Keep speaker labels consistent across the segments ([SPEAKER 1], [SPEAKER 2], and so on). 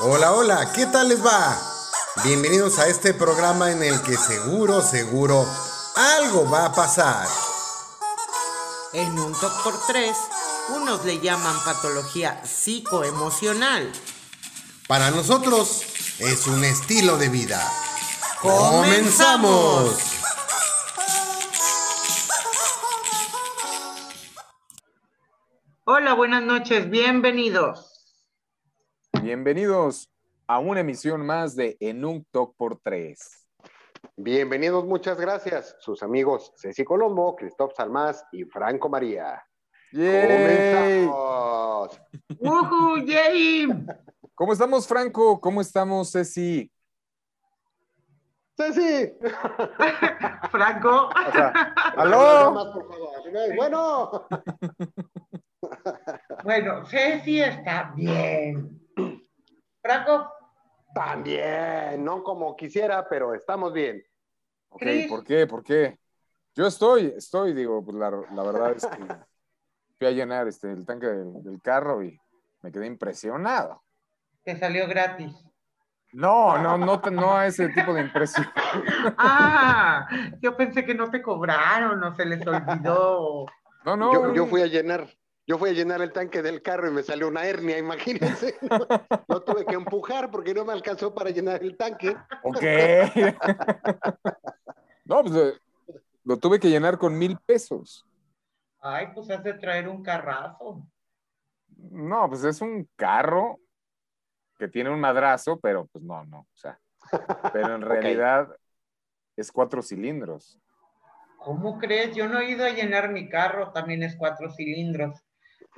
[SPEAKER 1] Hola, hola, ¿qué tal les va? Bienvenidos a este programa en el que seguro, seguro, algo va a pasar.
[SPEAKER 2] En un top por tres, unos le llaman patología psicoemocional.
[SPEAKER 1] Para nosotros es un estilo de vida.
[SPEAKER 2] ¡Comenzamos! Hola, buenas noches, bienvenidos.
[SPEAKER 3] Bienvenidos a una emisión más de En un Talk por Tres.
[SPEAKER 4] Bienvenidos, muchas gracias. Sus amigos Ceci Colombo, Cristóbal Salmás y Franco María.
[SPEAKER 3] ¡Yay!
[SPEAKER 4] ¡Comenzamos!
[SPEAKER 2] ¡Woohoo, yay!
[SPEAKER 3] ¿Cómo estamos, Franco? ¿Cómo estamos, Ceci?
[SPEAKER 4] ¡Ceci!
[SPEAKER 2] Franco,
[SPEAKER 4] O sea,
[SPEAKER 3] ¡Aló!
[SPEAKER 4] más, por favor. Bueno,
[SPEAKER 5] Bueno, Ceci está bien. Franco,
[SPEAKER 4] también, no como quisiera, pero estamos bien.
[SPEAKER 3] Ok,
[SPEAKER 5] Cris.
[SPEAKER 3] ¿por qué? ¿Por qué? Yo estoy, estoy, digo, pues la, la verdad es que fui a llenar este, el tanque del, del carro y me quedé impresionado.
[SPEAKER 5] te salió gratis.
[SPEAKER 3] No, no, no, te- no a ese tipo de impresión.
[SPEAKER 2] ah, yo pensé que no te cobraron o se les olvidó.
[SPEAKER 3] No, no.
[SPEAKER 4] Yo, yo fui a llenar, yo fui a llenar el tanque del carro y me salió una hernia, imagínense. No, Lo tuve que empujar porque no me alcanzó para llenar el tanque.
[SPEAKER 3] Ok. no, pues eh, lo tuve que llenar con mil pesos.
[SPEAKER 5] Ay, pues has de traer un carrazo.
[SPEAKER 3] No, pues es un carro que tiene un madrazo, pero pues no, no. O sea, pero en
[SPEAKER 4] Ok.
[SPEAKER 3] realidad es cuatro cilindros.
[SPEAKER 5] ¿Cómo crees? Yo no he ido a llenar mi carro, también es cuatro cilindros.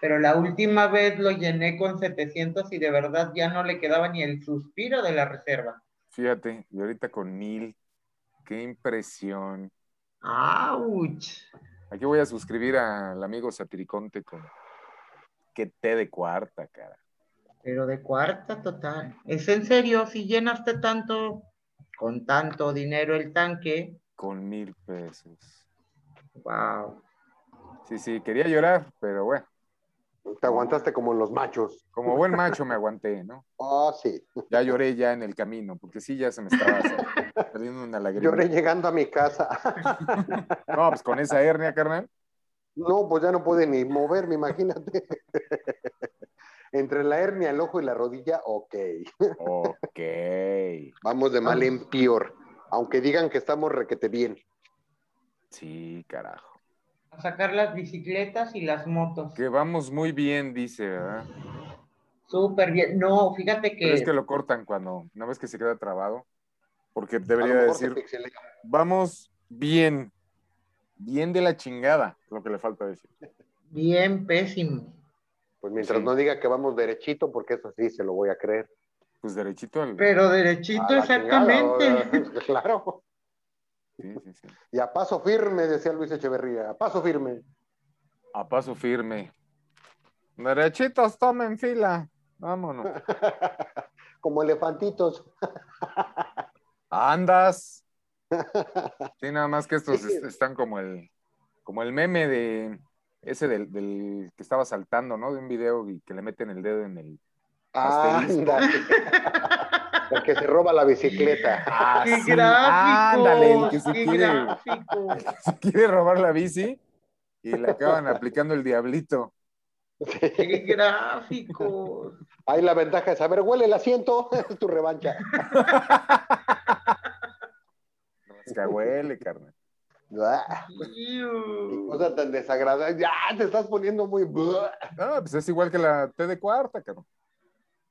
[SPEAKER 5] Pero la última vez lo llené con 700 y de verdad ya no le quedaba ni el suspiro de la reserva.
[SPEAKER 3] Fíjate, y ahorita con mil. Qué impresión.
[SPEAKER 2] ¡Auch!
[SPEAKER 3] Aquí voy a suscribir al amigo Satiriconte con qué té de cuarta, cara.
[SPEAKER 2] Pero de cuarta total. ¿Es en serio? Si llenaste tanto, con tanto dinero el tanque.
[SPEAKER 3] Con mil pesos.
[SPEAKER 2] ¡Wow!
[SPEAKER 3] Sí, sí, quería llorar, pero bueno,
[SPEAKER 4] Te aguantaste como los machos.
[SPEAKER 3] como buen macho me aguanté, ¿no?
[SPEAKER 4] Oh, sí.
[SPEAKER 3] Ya lloré ya en el camino, porque sí, ya se me estaba saliendo una lágrima.
[SPEAKER 4] Lloré llegando a mi casa.
[SPEAKER 3] No, pues con esa hernia, carnal.
[SPEAKER 4] No, pues ya no pude ni moverme, imagínate. Entre la hernia, el ojo y la rodilla, ok.
[SPEAKER 3] Ok.
[SPEAKER 4] Vamos de mal en peor. Aunque digan que estamos requete bien.
[SPEAKER 3] Sí, carajo.
[SPEAKER 5] A sacar las bicicletas y las motos.
[SPEAKER 3] Que vamos muy bien, dice, ¿verdad?
[SPEAKER 5] Súper bien. No, fíjate
[SPEAKER 3] Pero es
[SPEAKER 5] que
[SPEAKER 3] que lo cortan cuando, una vez que se queda trabado, porque
[SPEAKER 4] A lo
[SPEAKER 3] debería
[SPEAKER 4] mejor se
[SPEAKER 3] decir,
[SPEAKER 4] pixelea.
[SPEAKER 3] vamos bien. Bien de la chingada, lo que le falta decir.
[SPEAKER 2] Bien pésimo.
[SPEAKER 4] Pues mientras
[SPEAKER 3] Sí.
[SPEAKER 4] no diga que vamos derechito, porque eso sí se lo voy a creer.
[SPEAKER 3] Pues derechito al...
[SPEAKER 2] Pero
[SPEAKER 4] A
[SPEAKER 2] derechito,
[SPEAKER 4] la
[SPEAKER 2] exactamente.
[SPEAKER 4] chingada, o- claro.
[SPEAKER 3] Sí, sí, sí.
[SPEAKER 4] Y a paso firme, decía Luis Echeverría. A paso firme.
[SPEAKER 3] A paso firme. Derechitos, tomen fila. Vámonos.
[SPEAKER 4] Como elefantitos.
[SPEAKER 3] Andas. Sí, nada más que estos
[SPEAKER 4] Sí.
[SPEAKER 3] est- están como el, como el meme de ese del, del que estaba saltando, ¿no? De un video y que le meten el dedo en el. Asterisco.
[SPEAKER 4] Anda. El que se roba la bicicleta.
[SPEAKER 3] Ah,
[SPEAKER 2] ¡Qué
[SPEAKER 3] sí,
[SPEAKER 2] gráfico!
[SPEAKER 3] ándale, el que se
[SPEAKER 2] ¡Qué
[SPEAKER 3] quiere,
[SPEAKER 2] gráfico!
[SPEAKER 3] se quiere robar la bici y le acaban aplicando el diablito.
[SPEAKER 2] ¡Qué gráfico!
[SPEAKER 4] Ahí la ventaja es, a ver, huele el asiento, es tu revancha.
[SPEAKER 3] Rascahuele, carnal.
[SPEAKER 4] Buah, qué
[SPEAKER 2] Iu.
[SPEAKER 4] Cosa tan desagradable. Ya, te estás poniendo muy... buah.
[SPEAKER 3] No, pues es igual que la T de cuarta, carnal.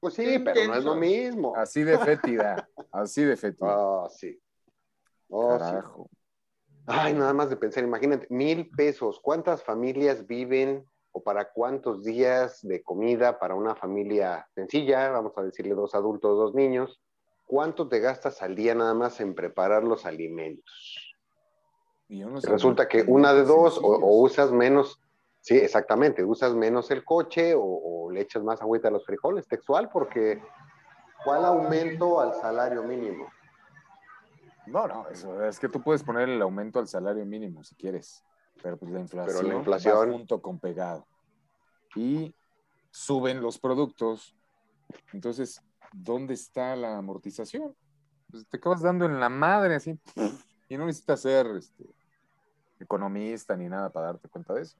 [SPEAKER 4] Pues
[SPEAKER 2] Qué
[SPEAKER 4] sí, pero no es lo
[SPEAKER 2] intenso.
[SPEAKER 4] mismo.
[SPEAKER 3] Así de fétida, así de fétida.
[SPEAKER 4] Ah, sí. Oh, sí.
[SPEAKER 3] Carajo.
[SPEAKER 4] Ay, nada más de pensar, imagínate, mil pesos. ¿Cuántas familias viven o para cuántos días de comida para una familia sencilla? Vamos a decirle dos adultos, dos niños. ¿Cuánto te gastas al día nada más en preparar los alimentos?
[SPEAKER 3] Y unos-
[SPEAKER 4] Resulta que una de dos, o,
[SPEAKER 3] sencillos.
[SPEAKER 4] o usas menos, sí, exactamente, usas menos el coche o, o le echas más agüita a los frijoles, textual, porque ¿cuál aumento al salario mínimo?
[SPEAKER 3] No, no, eso, es que tú puedes poner el aumento al salario mínimo si quieres, pero pues la inflación,
[SPEAKER 4] Pero la inflación-
[SPEAKER 3] va junto con pegado. Y suben los productos. Entonces, ¿dónde está la amortización? Pues te acabas dando en la madre así y no necesitas ser este, economista ni nada para darte cuenta de eso.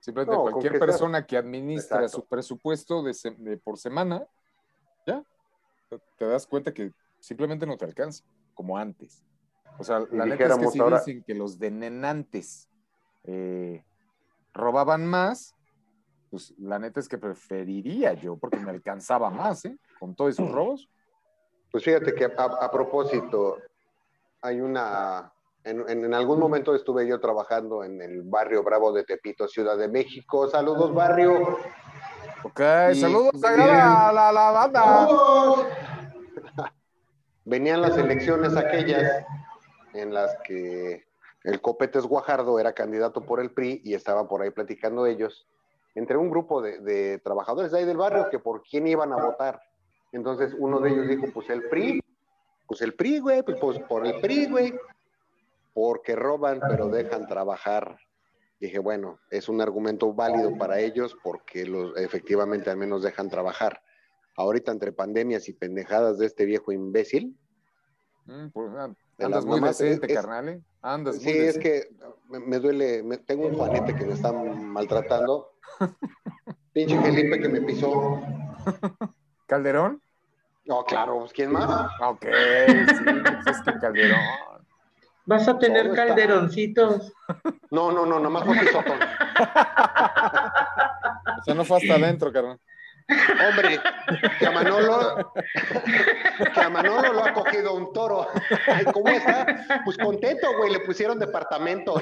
[SPEAKER 3] Simplemente
[SPEAKER 4] No, con
[SPEAKER 3] cualquier
[SPEAKER 4] que sea-
[SPEAKER 3] persona que administra
[SPEAKER 4] Exacto.
[SPEAKER 3] su presupuesto de se- de por semana, ya, te- te das cuenta que simplemente no te alcanza, como antes. O sea,
[SPEAKER 4] Y
[SPEAKER 3] la neta es que
[SPEAKER 4] dijéramos
[SPEAKER 3] si
[SPEAKER 4] ahora-
[SPEAKER 3] dicen que los denenantes eh, robaban más, pues la neta es que preferiría yo, porque me alcanzaba más, ¿eh? Con todos
[SPEAKER 4] Mm.
[SPEAKER 3] esos robos.
[SPEAKER 4] Pues fíjate que a, a propósito, hay una. En, en- en algún momento estuve yo trabajando en el barrio Bravo de Tepito, Ciudad de México. Saludos, barrio.
[SPEAKER 3] Ok,
[SPEAKER 4] Y- pues,
[SPEAKER 3] saludos a
[SPEAKER 4] y-
[SPEAKER 3] la, la, la banda.
[SPEAKER 4] Venían las elecciones aquellas en las que el Copetes Guajardo era candidato por el PRI y estaba por ahí platicando ellos, entre un grupo de, de trabajadores de ahí del barrio que por quién iban a votar. Entonces uno de ellos dijo, pues el PRI, pues el PRI, güey, pues, pues, por el PRI, güey, porque roban pero dejan trabajar. Dije, bueno, es un argumento válido para ellos porque los, efectivamente al menos dejan trabajar. Ahorita entre pandemias y pendejadas de este viejo imbécil,
[SPEAKER 3] Mm, pues, ah,
[SPEAKER 4] De
[SPEAKER 3] andas
[SPEAKER 4] las
[SPEAKER 3] muy
[SPEAKER 4] mamás,
[SPEAKER 3] decente,
[SPEAKER 4] es- es-
[SPEAKER 3] carnal, ¿eh? Andas
[SPEAKER 4] Sí,
[SPEAKER 3] muy
[SPEAKER 4] es que
[SPEAKER 3] decente.
[SPEAKER 4] me, me duele, me- tengo un Juanete que me está maltratando. Pinche Felipe que me pisó.
[SPEAKER 3] ¿Calderón? Ah,
[SPEAKER 4] No, claro, pues, ¿quién más?
[SPEAKER 3] Ok, sí, pues es que Calderón.
[SPEAKER 6] Vas a tener
[SPEAKER 4] Todo está-
[SPEAKER 6] calderoncitos.
[SPEAKER 4] No, pues, no, no, nomás fue pisotón.
[SPEAKER 3] O sea, no fue hasta adentro, carnal.
[SPEAKER 4] Hombre, que a Manolo, que a Manolo lo ha cogido un toro. Ay, ¿cómo está? Pues contento, güey, le pusieron departamento.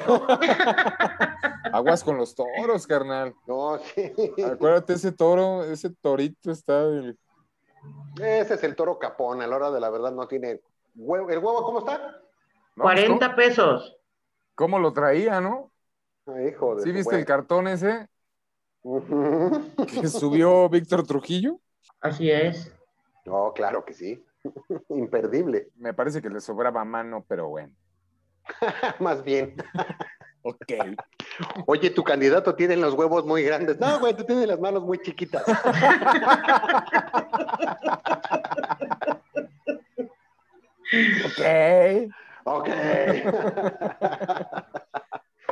[SPEAKER 3] Aguas con los toros, carnal.
[SPEAKER 4] No, sí.
[SPEAKER 3] Acuérdate, ese toro, ese torito está del-
[SPEAKER 4] Ese es el toro capón, a la hora de la verdad no tiene huevo. ¿El huevo cómo está?
[SPEAKER 3] No, pues,
[SPEAKER 2] 40
[SPEAKER 3] ¿cómo,
[SPEAKER 2] pesos.
[SPEAKER 3] cómo lo traía, no?
[SPEAKER 4] Ay, hijo de
[SPEAKER 3] ¿Sí
[SPEAKER 4] su
[SPEAKER 3] viste
[SPEAKER 4] güey.
[SPEAKER 3] el cartón ese
[SPEAKER 4] Ujú.
[SPEAKER 3] que subió Víctor Trujillo?
[SPEAKER 2] Así es.
[SPEAKER 4] No, claro que sí. Imperdible.
[SPEAKER 3] Me parece que le sobraba mano, pero bueno.
[SPEAKER 4] Más bien.
[SPEAKER 3] Ok.
[SPEAKER 4] Oye, tu candidato tiene los huevos muy grandes. No, güey, tú tienes las manos muy chiquitas.
[SPEAKER 3] Ok.
[SPEAKER 4] Ok.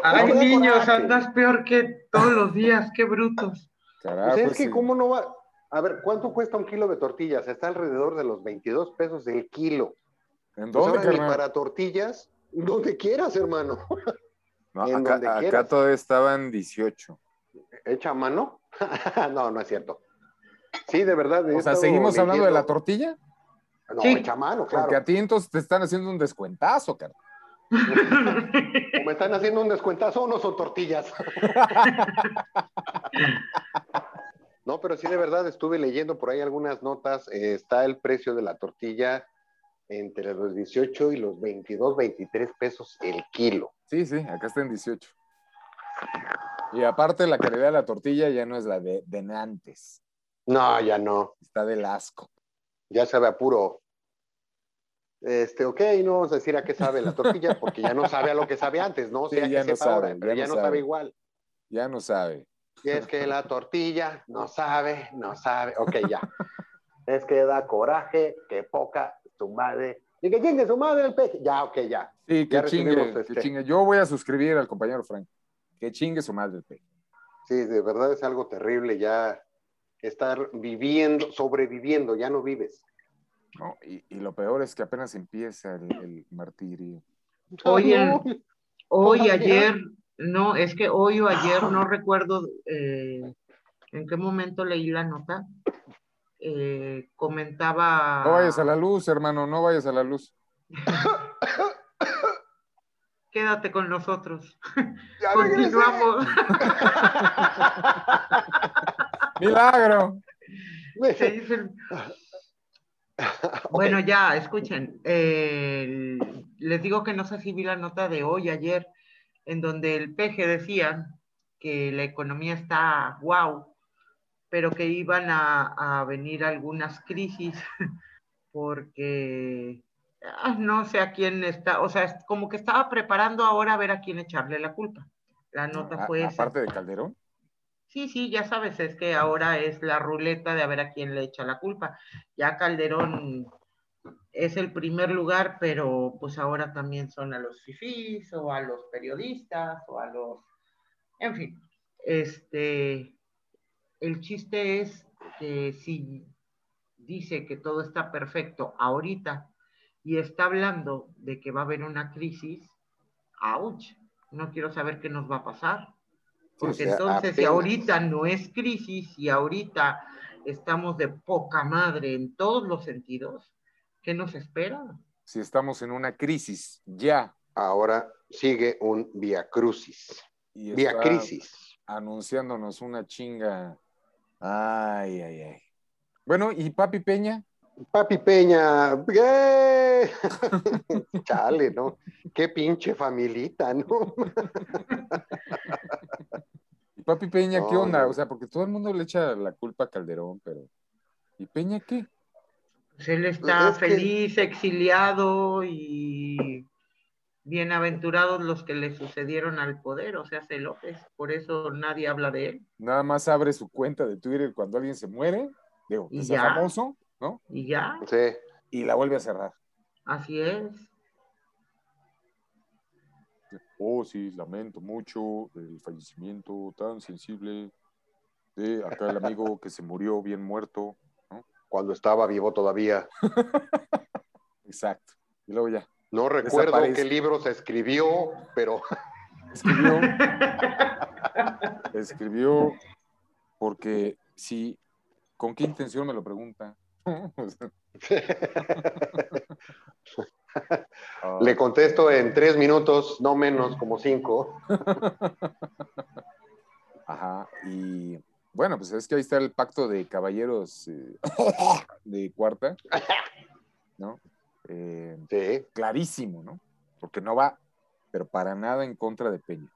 [SPEAKER 4] Ah,
[SPEAKER 6] Ay,
[SPEAKER 4] No me da
[SPEAKER 6] niños,
[SPEAKER 4] coraje.
[SPEAKER 6] andas peor que todos los días, qué brutos.
[SPEAKER 3] Carajo,
[SPEAKER 4] Pues es que,
[SPEAKER 3] sí.
[SPEAKER 4] ¿cómo no va? A ver, ¿cuánto cuesta un kilo de tortillas? Está alrededor de los 22 pesos el kilo.
[SPEAKER 3] ¿En
[SPEAKER 4] Pues
[SPEAKER 3] dónde,
[SPEAKER 4] ahora ni
[SPEAKER 3] carnal?
[SPEAKER 4] para tortillas, donde quieras, hermano.
[SPEAKER 3] No,
[SPEAKER 4] en
[SPEAKER 3] acá,
[SPEAKER 4] donde
[SPEAKER 3] acá
[SPEAKER 4] quieras.
[SPEAKER 3] todavía estaban 18.
[SPEAKER 4] ¿Echa mano? no, no es cierto. Sí, de verdad. he
[SPEAKER 3] O sea,
[SPEAKER 4] estado
[SPEAKER 3] ¿seguimos hablando de la
[SPEAKER 4] leyendo-
[SPEAKER 3] tortilla?
[SPEAKER 4] No,
[SPEAKER 6] Sí.
[SPEAKER 4] echa mano,
[SPEAKER 3] Porque
[SPEAKER 4] claro.
[SPEAKER 3] a ti entonces te están haciendo un descuentazo, cara.
[SPEAKER 4] O me están haciendo un descuentazo o no son tortillas. No, pero sí, de verdad, estuve leyendo por ahí algunas notas. eh, está el precio de la tortilla entre los 18 y los 22, 23 pesos el kilo.
[SPEAKER 3] Sí, sí, acá está en 18. Y aparte la calidad de la tortilla ya no es la de, de antes,
[SPEAKER 4] No, ya no.
[SPEAKER 3] está del asco.
[SPEAKER 4] Ya sabe a puro. Este, ok, no vamos a decir a qué sabe la tortilla, porque ya no sabe a lo que sabe antes, ¿no? O sea,
[SPEAKER 3] Sí,
[SPEAKER 4] que
[SPEAKER 3] ya no
[SPEAKER 4] sepa ahora,
[SPEAKER 3] sabe,
[SPEAKER 4] pero ya no sabe, igual.
[SPEAKER 3] Ya no sabe.
[SPEAKER 4] Y es que la tortilla no sabe, no sabe. Ok, ya. es que da coraje, que poca su madre. Y que chingue su madre el peje. Ya, ok, ya.
[SPEAKER 3] Sí, que
[SPEAKER 4] Ya
[SPEAKER 3] chingue,
[SPEAKER 4] recibimos,
[SPEAKER 3] que
[SPEAKER 4] este.
[SPEAKER 3] chingue. Yo voy a suscribir al compañero Frank. Que chingue su madre, pe.
[SPEAKER 4] Sí, de verdad es algo terrible ya estar viviendo, sobreviviendo, ya no vives.
[SPEAKER 3] ¿no? Y, y lo peor es que apenas empieza el, el martirio.
[SPEAKER 2] Oye,
[SPEAKER 4] No,
[SPEAKER 2] Hoy,
[SPEAKER 4] Todavía.
[SPEAKER 2] ayer, no, es que hoy o ayer, no recuerdo eh, en qué momento leí la nota, eh, comentaba...
[SPEAKER 3] No vayas a la luz, hermano, no vayas a la luz.
[SPEAKER 2] Quédate con nosotros.
[SPEAKER 4] ya
[SPEAKER 2] pues,
[SPEAKER 4] regresé.
[SPEAKER 2] Continuamos.
[SPEAKER 3] ¡Milagro!
[SPEAKER 2] Se dicen- Bueno, ya, escuchen. el- les digo que no sé si vi la nota de hoy, ayer, en donde el PG decía que la economía está guau, pero que iban a, a venir algunas crisis porque ah, no sé a quién está, o sea, es como que estaba preparando ahora a ver a quién echarle la culpa. La nota
[SPEAKER 3] A-
[SPEAKER 2] fue esa.
[SPEAKER 3] aparte de Calderón.
[SPEAKER 2] Sí, sí, ya sabes, es que ahora es la ruleta de a ver a quién le echa la culpa. Ya Calderón es el primer lugar, pero pues ahora también son a los fifís o a los periodistas o a los... En fin, este... El chiste es que si dice que todo está perfecto ahorita y está hablando de que va a haber una crisis, ¡auch! No quiero saber qué nos va a pasar. Porque
[SPEAKER 4] O sea,
[SPEAKER 2] entonces, si
[SPEAKER 4] apenas.
[SPEAKER 2] ahorita no es crisis y ahorita estamos de poca madre en todos los sentidos, ¿qué nos espera?
[SPEAKER 3] Si estamos en una crisis ya.
[SPEAKER 4] Ahora sigue un vía crucis.
[SPEAKER 3] Y
[SPEAKER 4] Vía
[SPEAKER 3] está
[SPEAKER 4] crisis.
[SPEAKER 3] Anunciándonos una chinga. Ay, ay, ay. Bueno, ¿y Papi Peña?
[SPEAKER 4] Papi Peña. ¡eh! Chale, ¿no? Qué pinche familita, ¿no?
[SPEAKER 3] ¿Y Papi Peña qué
[SPEAKER 4] No,
[SPEAKER 3] onda?
[SPEAKER 4] no.
[SPEAKER 3] O sea, porque todo el mundo le echa la culpa a Calderón, pero. ¿Y Peña qué?
[SPEAKER 2] Pues él está
[SPEAKER 4] Es que-
[SPEAKER 2] feliz, exiliado y bienaventurados los que le sucedieron al poder, o sea, hace López, por eso nadie habla de él
[SPEAKER 3] Nada más abre su cuenta de Twitter cuando alguien se muere, digo, que
[SPEAKER 2] Y
[SPEAKER 3] sea
[SPEAKER 2] ya.
[SPEAKER 3] famoso, ¿no?
[SPEAKER 2] y ya,
[SPEAKER 4] Sí.
[SPEAKER 3] Y la vuelve a cerrar.
[SPEAKER 2] así es.
[SPEAKER 3] Oh, sí, lamento mucho el fallecimiento tan sensible de acá el amigo que se murió bien muerto.
[SPEAKER 4] Cuando estaba vivo todavía.
[SPEAKER 3] Exacto. Y luego ya.
[SPEAKER 4] No recuerdo
[SPEAKER 3] Desaparece.
[SPEAKER 4] qué libro se escribió, pero
[SPEAKER 3] Escribió. escribió porque sí. ¿Con qué intención me lo pregunta? O sea, ah,
[SPEAKER 4] le contesto en tres minutos, no menos como cinco.
[SPEAKER 3] Ajá. Y bueno, pues es que ahí está el pacto de caballeros eh, de cuarta, ¿no? Eh,
[SPEAKER 4] Sí.
[SPEAKER 3] clarísimo, ¿no? Porque no va, pero para nada en contra de Peña.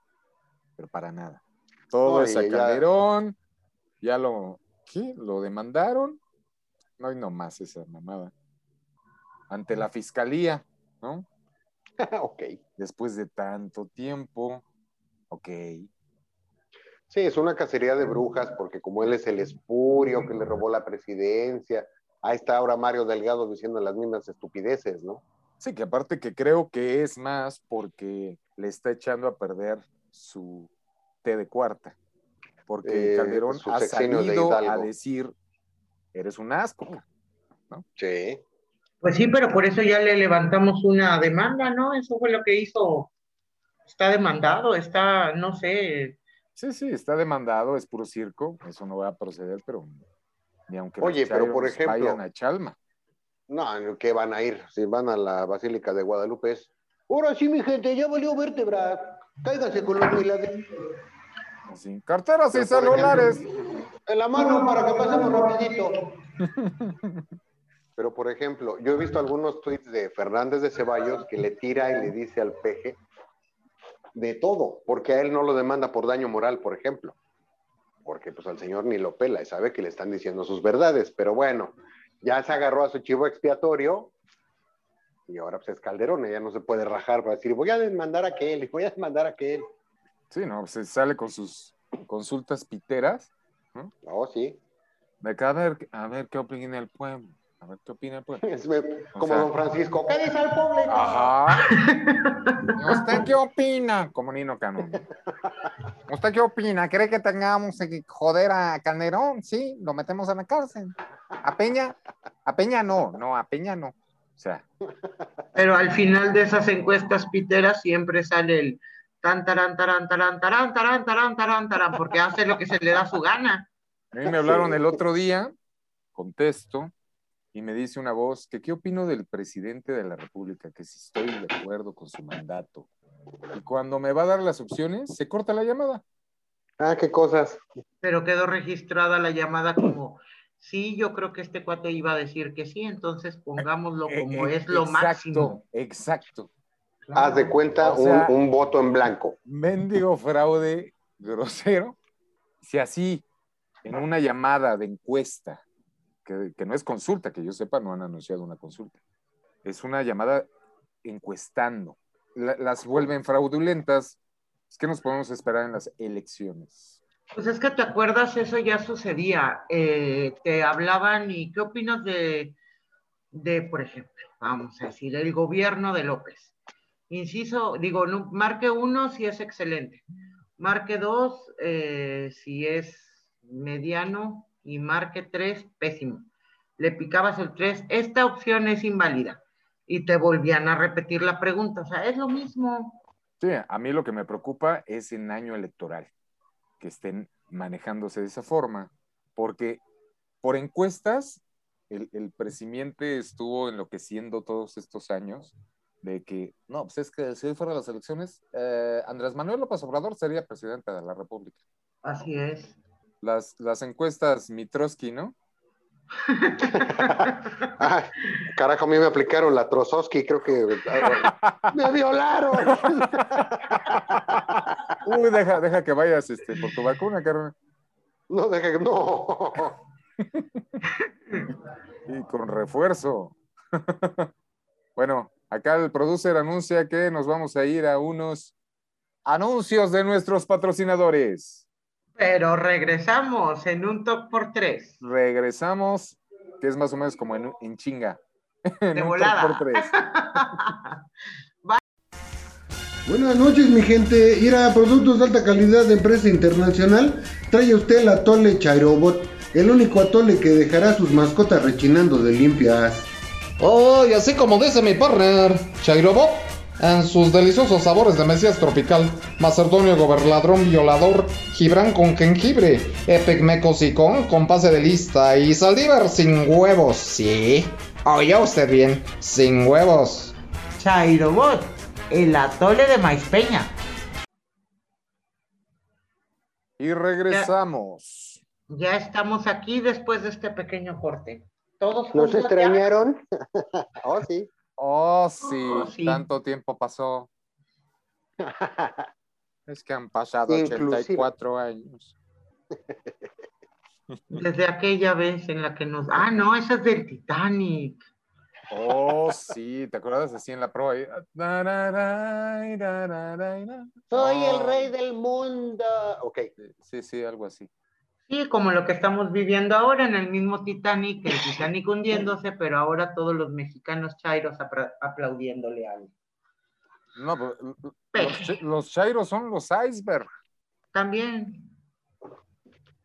[SPEAKER 3] Pero para nada. Todo
[SPEAKER 4] No,
[SPEAKER 3] es
[SPEAKER 4] y
[SPEAKER 3] a
[SPEAKER 4] ya-
[SPEAKER 3] Calderón, ya lo. ¿Qué? ¿Lo demandaron? No hay nomás esa mamada. Ante la fiscalía, ¿no?
[SPEAKER 4] ok.
[SPEAKER 3] Después de tanto tiempo. Ok.
[SPEAKER 4] Sí, es una cacería de brujas, porque como él es el espurio que le robó la presidencia, ahí está ahora Mario Delgado diciendo las mismas estupideces, ¿no?
[SPEAKER 3] Sí, que aparte que creo que es más porque le está echando a perder su té de cuarta. Porque
[SPEAKER 4] Eh,
[SPEAKER 3] Calderón
[SPEAKER 4] su
[SPEAKER 3] ha
[SPEAKER 4] sexenio de
[SPEAKER 3] salido a
[SPEAKER 4] Hidalgo.
[SPEAKER 3] decir, eres un asco. ca".
[SPEAKER 4] Sí.
[SPEAKER 2] Pues sí, pero por eso ya le levantamos una demanda, ¿no? Eso fue lo que hizo. Está demandado, está, no sé,
[SPEAKER 3] Sí, sí, está demandado, es puro circo, eso no va a proceder, pero ni aunque
[SPEAKER 4] Oye, pero por
[SPEAKER 3] Chairos
[SPEAKER 4] ejemplo-
[SPEAKER 3] vayan a Chalma.
[SPEAKER 4] No, ¿qué van a ir? Si van a la Basílica de Guadalupe es, ahora sí, mi gente, ya valió vértebra, cáiganse con los milagros
[SPEAKER 3] Así, carteras y
[SPEAKER 4] Pero, por
[SPEAKER 3] celulares.
[SPEAKER 4] en la mano para que pasemos rapidito. Pero, por ejemplo, yo he visto algunos tweets de Fernández de Ceballos que le tira y le dice al peje de todo, porque a él no lo demanda por daño moral, por ejemplo. Porque pues al señor ni lo pela y sabe que le están diciendo sus verdades, pero bueno, ya se agarró a su chivo expiatorio y ahora pues es Calderón, ya no se puede rajar para decir, voy a demandar a aquel, y voy a demandar a aquel.
[SPEAKER 3] Sí, no, se sale con sus consultas piteras.
[SPEAKER 4] Oh, sí.
[SPEAKER 3] De acá a ver, a ver qué opina el pueblo. A ver qué opina el pueblo.
[SPEAKER 4] Es me- como
[SPEAKER 3] O sea-
[SPEAKER 4] don Francisco, ¿qué dice el público?
[SPEAKER 3] Ajá. ¿Y usted qué opina? Como Nino Canón. ¿Usted qué opina? ¿Cree que tengamos eh, que joder a Calderón? Sí, lo metemos a la cárcel. ¿A Peña? A Peña no, no, a Peña no. O sea,
[SPEAKER 2] pero al final de esas encuestas piteras siempre sale el tan tarán tarán tarán tarán tarán tarán tarán tarán porque hace lo que se le da su gana.
[SPEAKER 3] a mí me hablaron el otro día, contesto, y me dice una voz que qué opino del presidente de la República, que si estoy de acuerdo con su mandato. Y cuando me va a dar las opciones, se corta la llamada.
[SPEAKER 4] Ah, qué cosas.
[SPEAKER 2] Pero quedó registrada la llamada como sí, yo creo que este cuate iba a decir que sí, entonces pongámoslo como
[SPEAKER 3] Eh, eh,
[SPEAKER 2] es lo
[SPEAKER 3] exacto,
[SPEAKER 2] máximo.
[SPEAKER 3] Exacto.
[SPEAKER 4] Haz de cuenta
[SPEAKER 3] Ah, O sea-
[SPEAKER 4] un, un voto en blanco.
[SPEAKER 3] mendigo fraude grosero, si así en una llamada de encuesta, que, que no es consulta, que yo sepa, no han anunciado una consulta, es una llamada encuestando, pues, la- las vuelven fraudulentas, es que nos podemos esperar en las elecciones.
[SPEAKER 2] Pues es que te acuerdas, eso ya sucedía. Eh, te hablaban y ¿qué opinas de, de, por ejemplo, vamos a decir, el gobierno de López? Inciso, digo, no, marque uno si es excelente, marque dos eh, si es mediano y marque tres pésimo. Le picabas el tres, esta opción es inválida y te volvían a repetir la pregunta. O sea, es lo mismo.
[SPEAKER 3] Sí, a mí lo que me preocupa es en año electoral que estén manejándose de esa forma, porque por encuestas el, el presidente estuvo enloqueciendo todos estos años de que, no, pues es que si hoy fueran las elecciones, eh, Andrés Manuel López Obrador sería presidente de la República.
[SPEAKER 2] Así es.
[SPEAKER 3] Las, las encuestas Mitroski, ¿no?
[SPEAKER 4] Ay, carajo, a mí me aplicaron la Trozowski, creo que ah, me violaron.
[SPEAKER 3] Uy, deja, deja que vayas este, por tu vacuna, Carmen.
[SPEAKER 4] No, deja que no.
[SPEAKER 3] y con refuerzo. bueno, acá el producer anuncia que nos vamos a ir a unos anuncios de nuestros patrocinadores.
[SPEAKER 2] Pero regresamos en un top por tres.
[SPEAKER 3] Regresamos, que es más o menos como en, en chinga.
[SPEAKER 2] en De un volada.
[SPEAKER 3] top por tres.
[SPEAKER 7] Buenas noches, mi gente. Ir a productos de alta calidad de empresa internacional trae usted el atole Chairobot, el único atole que dejará a sus mascotas rechinando de limpias.
[SPEAKER 8] Oh, y así como dice mi partner, Chairobot, en sus deliciosos sabores de Mesías Tropical, Macedonio Goberladrón Violador, Gibran con jengibre, Epecmeco con, con pase de lista y Saldívar sin huevos, sí. Oye usted bien, sin huevos.
[SPEAKER 9] Chairobot, el atole de maíz peña.
[SPEAKER 3] Y regresamos.
[SPEAKER 2] Ya estamos aquí después de este pequeño corte. Todos
[SPEAKER 4] ¿Nos
[SPEAKER 2] juntos ya.
[SPEAKER 4] extrañaron? oh, sí.
[SPEAKER 3] Oh sí,
[SPEAKER 2] Oh, sí.
[SPEAKER 3] tanto tiempo pasó. Es que han pasado
[SPEAKER 4] Inclusive.
[SPEAKER 3] 84 años.
[SPEAKER 2] Desde aquella vez en la que nos... Ah, no, esa es del Titanic.
[SPEAKER 3] Oh, sí, ¿te acuerdas así en la prueba? ahí? Dararai, dararai, da.
[SPEAKER 4] Soy
[SPEAKER 3] Oh,
[SPEAKER 4] el rey del mundo. Ok.
[SPEAKER 3] Sí, sí, algo así.
[SPEAKER 2] Sí, como lo que estamos viviendo ahora en el mismo Titanic, el Titanic hundiéndose, pero ahora todos los mexicanos chairos apra- aplaudiéndole al
[SPEAKER 3] No, pero l- l- los,
[SPEAKER 2] peje.
[SPEAKER 3] chi- los chairos son los iceberg,
[SPEAKER 2] También.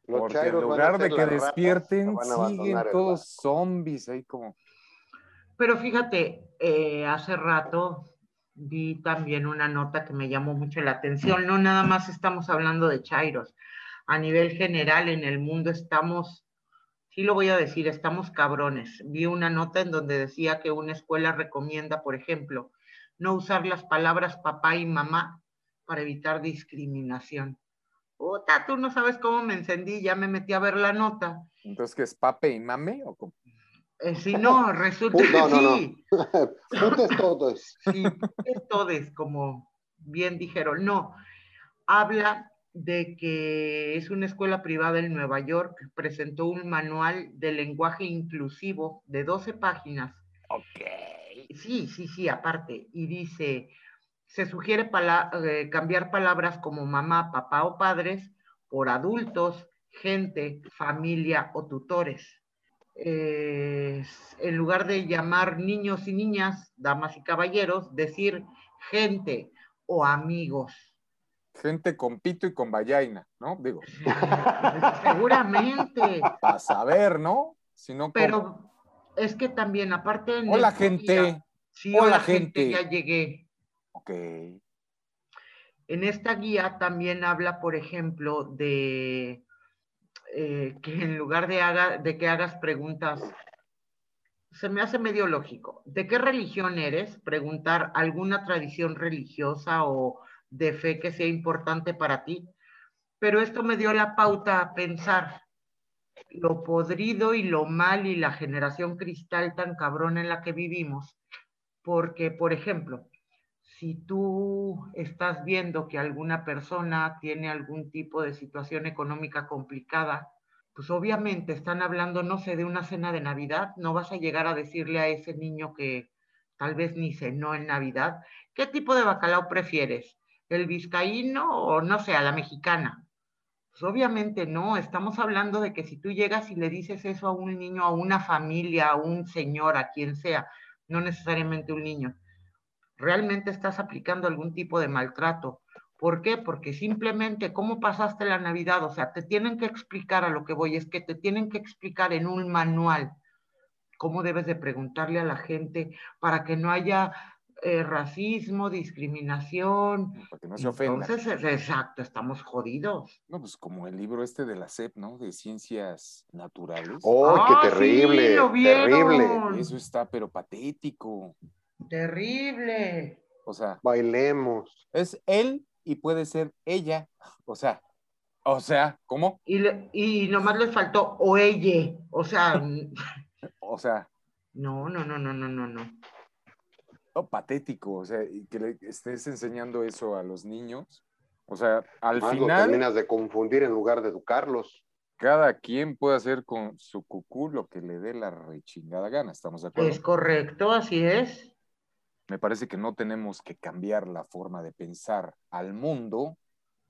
[SPEAKER 4] Los
[SPEAKER 3] porque en
[SPEAKER 4] chairos van a
[SPEAKER 3] lugar de
[SPEAKER 4] ser
[SPEAKER 3] que
[SPEAKER 4] las ratas
[SPEAKER 3] despierten,
[SPEAKER 4] van a
[SPEAKER 3] siguen
[SPEAKER 4] abandonar el
[SPEAKER 3] todos zombies ahí como.
[SPEAKER 2] Pero fíjate, eh, hace rato vi también una nota que me llamó mucho la atención. No nada más estamos hablando de Chairos. A nivel general en el mundo estamos, sí lo voy a decir, estamos cabrones. Vi una nota en donde decía que una escuela recomienda, por ejemplo, no usar las palabras papá y mamá para evitar discriminación. Puta, tú no sabes cómo me encendí, ya me metí a ver la nota.
[SPEAKER 3] Entonces, ¿qué es pape y mame? ¿O cómo?
[SPEAKER 2] Eh, si no, resulta
[SPEAKER 4] Uy, no,
[SPEAKER 2] que
[SPEAKER 4] no, no.
[SPEAKER 2] sí.
[SPEAKER 4] ratas. Putas todos.
[SPEAKER 2] Sí, es todes, como bien dijeron. No, habla de que es una escuela privada en Nueva York, presentó un manual de lenguaje inclusivo de 12 páginas. Ok. eh, Sí, sí, sí, aparte. Y dice, se sugiere pala- eh, cambiar palabras como mamá, papá o padres por adultos, gente, familia o tutores eh, en lugar de llamar niños y niñas, damas y caballeros, decir gente o amigos.
[SPEAKER 3] Gente con pito y con vallaina, ¿no? Digo,
[SPEAKER 2] Seguramente,
[SPEAKER 3] para saber, ¿no? Si no, ¿cómo?
[SPEAKER 2] pero es que también aparte... en
[SPEAKER 3] Hola,
[SPEAKER 2] estos días-
[SPEAKER 3] gente.
[SPEAKER 2] sí,
[SPEAKER 3] Hola,
[SPEAKER 2] hola gente,
[SPEAKER 3] gente.
[SPEAKER 2] ya llegué.
[SPEAKER 3] Ok.
[SPEAKER 2] En esta guía también habla, por ejemplo, de eh, que en lugar de, haga- de que hagas preguntas, se me hace medio lógico. ¿De qué religión eres? Preguntar alguna tradición religiosa o de fe que sea importante para ti. Pero esto me dio la pauta a pensar lo podrido y lo mal y la generación cristal tan cabrón en la que vivimos. Porque, por ejemplo, si tú estás viendo que alguna persona tiene algún tipo de situación económica complicada, pues obviamente están hablando, no sé, de una cena de Navidad, no vas a llegar a decirle a ese niño que tal vez ni cenó en Navidad, ¿qué tipo de bacalao prefieres? ¿El vizcaíno o no sé, a la mexicana? Pues obviamente no, estamos hablando de que si tú llegas y le dices eso a un niño, a una familia, a un señor, a quien sea, no necesariamente un niño, realmente estás aplicando algún tipo de maltrato. ¿Por qué? Porque simplemente cómo pasaste la Navidad, o sea, te tienen que explicar a lo que voy, es que te tienen que explicar en un manual cómo debes de preguntarle a la gente para que no haya eh, racismo, discriminación.
[SPEAKER 3] Para que no se ofenda.
[SPEAKER 2] Entonces, exacto, estamos jodidos.
[SPEAKER 3] No, pues como el libro este de la SEP, ¿no? De ciencias naturales.
[SPEAKER 4] ¡Oh,
[SPEAKER 2] Ah,
[SPEAKER 4] qué
[SPEAKER 2] sí,
[SPEAKER 4] terrible!
[SPEAKER 2] lo vieron.
[SPEAKER 4] terrible.
[SPEAKER 3] Eso está, pero patético.
[SPEAKER 2] Terrible.
[SPEAKER 3] O sea,
[SPEAKER 4] Bailemos.
[SPEAKER 3] es él y puede ser ella. O sea, o sea, ¿cómo?
[SPEAKER 2] Y, le- y nomás les faltó oye, o sea, no,
[SPEAKER 3] O sea,
[SPEAKER 2] no, no, no, no, no, no.
[SPEAKER 3] no, patético. O sea, y que le estés enseñando eso a los niños. O sea, al
[SPEAKER 4] Más lo
[SPEAKER 3] final,
[SPEAKER 4] terminas de confundir en lugar de educarlos.
[SPEAKER 3] cada quien puede hacer con su cucú lo que le dé la rechingada gana. ¿Estamos de acuerdo?
[SPEAKER 2] Es correcto, así es.
[SPEAKER 3] Me parece que no tenemos que cambiar la forma de pensar al mundo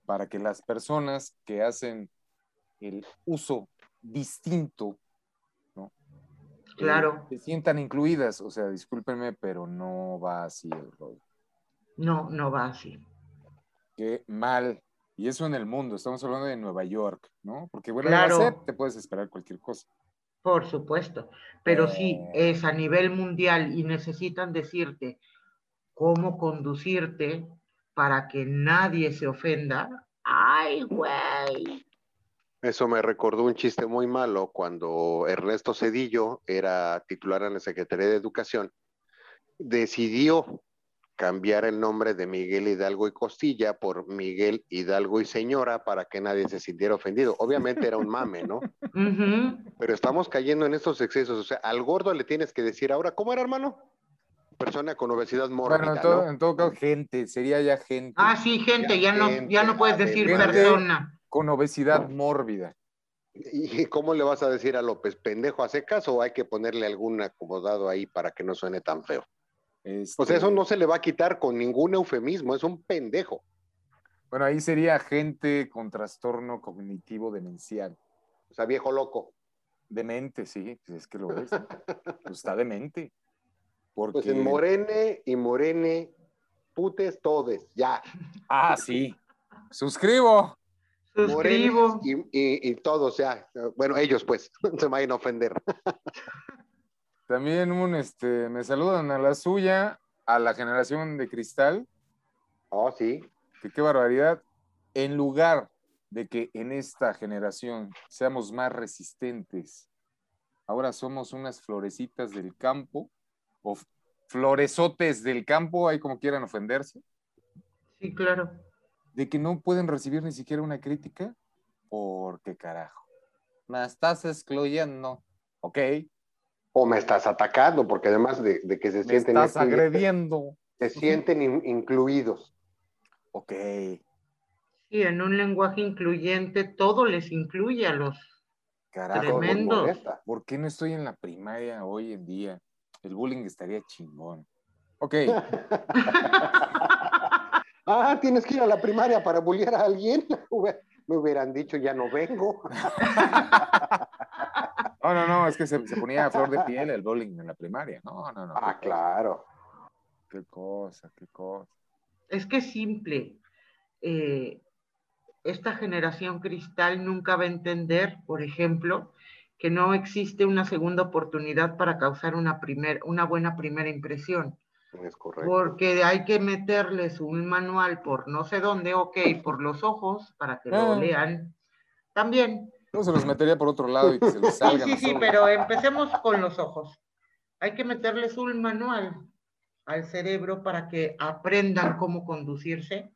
[SPEAKER 3] para que las personas que hacen el uso distinto eh,
[SPEAKER 2] Claro.
[SPEAKER 3] se sientan incluidas. O sea, discúlpenme, pero no va así el rollo.
[SPEAKER 2] No, no va así.
[SPEAKER 3] Qué mal. Y eso en el mundo, estamos hablando de Nueva York, ¿no? Porque bueno,
[SPEAKER 2] Claro.
[SPEAKER 3] en la SEP te puedes esperar cualquier cosa.
[SPEAKER 2] Por supuesto, pero sí
[SPEAKER 3] Eh.
[SPEAKER 2] es a nivel mundial y necesitan decirte cómo conducirte para que nadie se ofenda. Ay, güey.
[SPEAKER 4] Eso me recordó un chiste muy malo cuando Ernesto Cedillo era titular en la Secretaría de Educación. Decidió cambiar el nombre de Miguel Hidalgo y Costilla por Miguel Hidalgo y Señora para que nadie se sintiera ofendido. Obviamente era un mame, ¿no?
[SPEAKER 2] Ujú.
[SPEAKER 4] Pero estamos cayendo en estos excesos. O sea, al gordo le tienes que decir ahora, ¿cómo era, hermano? Persona con obesidad mórbida,
[SPEAKER 3] bueno, en todo,
[SPEAKER 4] ¿no?
[SPEAKER 3] en todo caso, gente, sería ya gente
[SPEAKER 2] Ah, sí, gente, ya no, ya no puedes decir
[SPEAKER 3] Gente.
[SPEAKER 2] persona.
[SPEAKER 3] con obesidad mórbida.
[SPEAKER 4] ¿Y cómo le vas a decir a López, pendejo, hace caso o hay que ponerle algún acomodado ahí para que no suene tan feo?
[SPEAKER 3] Este,
[SPEAKER 4] O sea, Pues eso no se le va a quitar con ningún eufemismo, es un pendejo.
[SPEAKER 3] Bueno, ahí sería gente con trastorno cognitivo demencial.
[SPEAKER 4] O sea, viejo loco.
[SPEAKER 3] Demente, sí, pues es que lo es. ¿no? Pues está demente. Porque...
[SPEAKER 4] Pues en Morene y Morene, putes todes, ya.
[SPEAKER 3] Ah, sí. Suscribo.
[SPEAKER 2] Suscribo.
[SPEAKER 4] Morenes y, y- y todos, ya. Bueno, ellos pues, se vayan a ofender.
[SPEAKER 3] También un, este, me saludan a la suya, a la generación de cristal,
[SPEAKER 4] Oh, sí.
[SPEAKER 3] que qué barbaridad. En lugar de que en esta generación seamos más resistentes, ahora somos unas florecitas del campo o f- florezotes del campo, ahí como quieran ofenderse.
[SPEAKER 2] Sí, claro.
[SPEAKER 3] de que no pueden recibir ni siquiera una crítica, porque carajo. Me estás excluyendo. Ok,
[SPEAKER 4] O me estás atacando, porque además de, de que se
[SPEAKER 3] me
[SPEAKER 4] sienten,
[SPEAKER 3] estás
[SPEAKER 4] incluidos,
[SPEAKER 3] agrediendo.
[SPEAKER 4] se sienten in- incluidos.
[SPEAKER 3] Ok,
[SPEAKER 2] Sí, en un lenguaje incluyente todo les incluye a los.
[SPEAKER 3] carajo.
[SPEAKER 4] Todo les
[SPEAKER 2] Tremendo.
[SPEAKER 4] molesta.
[SPEAKER 3] ¿Por qué Ah, no estoy en la primaria hoy en día? El bullying estaría chingón. Ok,
[SPEAKER 4] Ah, tienes que ir a la primaria para bullear a alguien. Hubie- Me hubieran dicho, ya no vengo.
[SPEAKER 3] no, no, no, es que se, se ponía a flor de piel el bullying en la primaria. No, no, no.
[SPEAKER 4] Ah,
[SPEAKER 3] qué cosa,
[SPEAKER 4] claro.
[SPEAKER 3] Qué cosa, qué cosa.
[SPEAKER 2] Es que es simple. eh, esta generación cristal nunca va a entender, por ejemplo, que no existe una segunda oportunidad para causar una, primer- una buena primera impresión,
[SPEAKER 4] Es correcto.
[SPEAKER 2] porque hay que meterles un manual por no sé dónde, ok, por los ojos, para que
[SPEAKER 3] Ah.
[SPEAKER 2] lo lean también.
[SPEAKER 3] Yo se los metería por otro lado y que se les
[SPEAKER 2] Sí,
[SPEAKER 3] salgan.
[SPEAKER 2] sí,
[SPEAKER 3] los
[SPEAKER 2] sí,
[SPEAKER 3] ojos.
[SPEAKER 2] pero empecemos con los ojos. Hay que meterles un manual al cerebro para que aprendan cómo conducirse.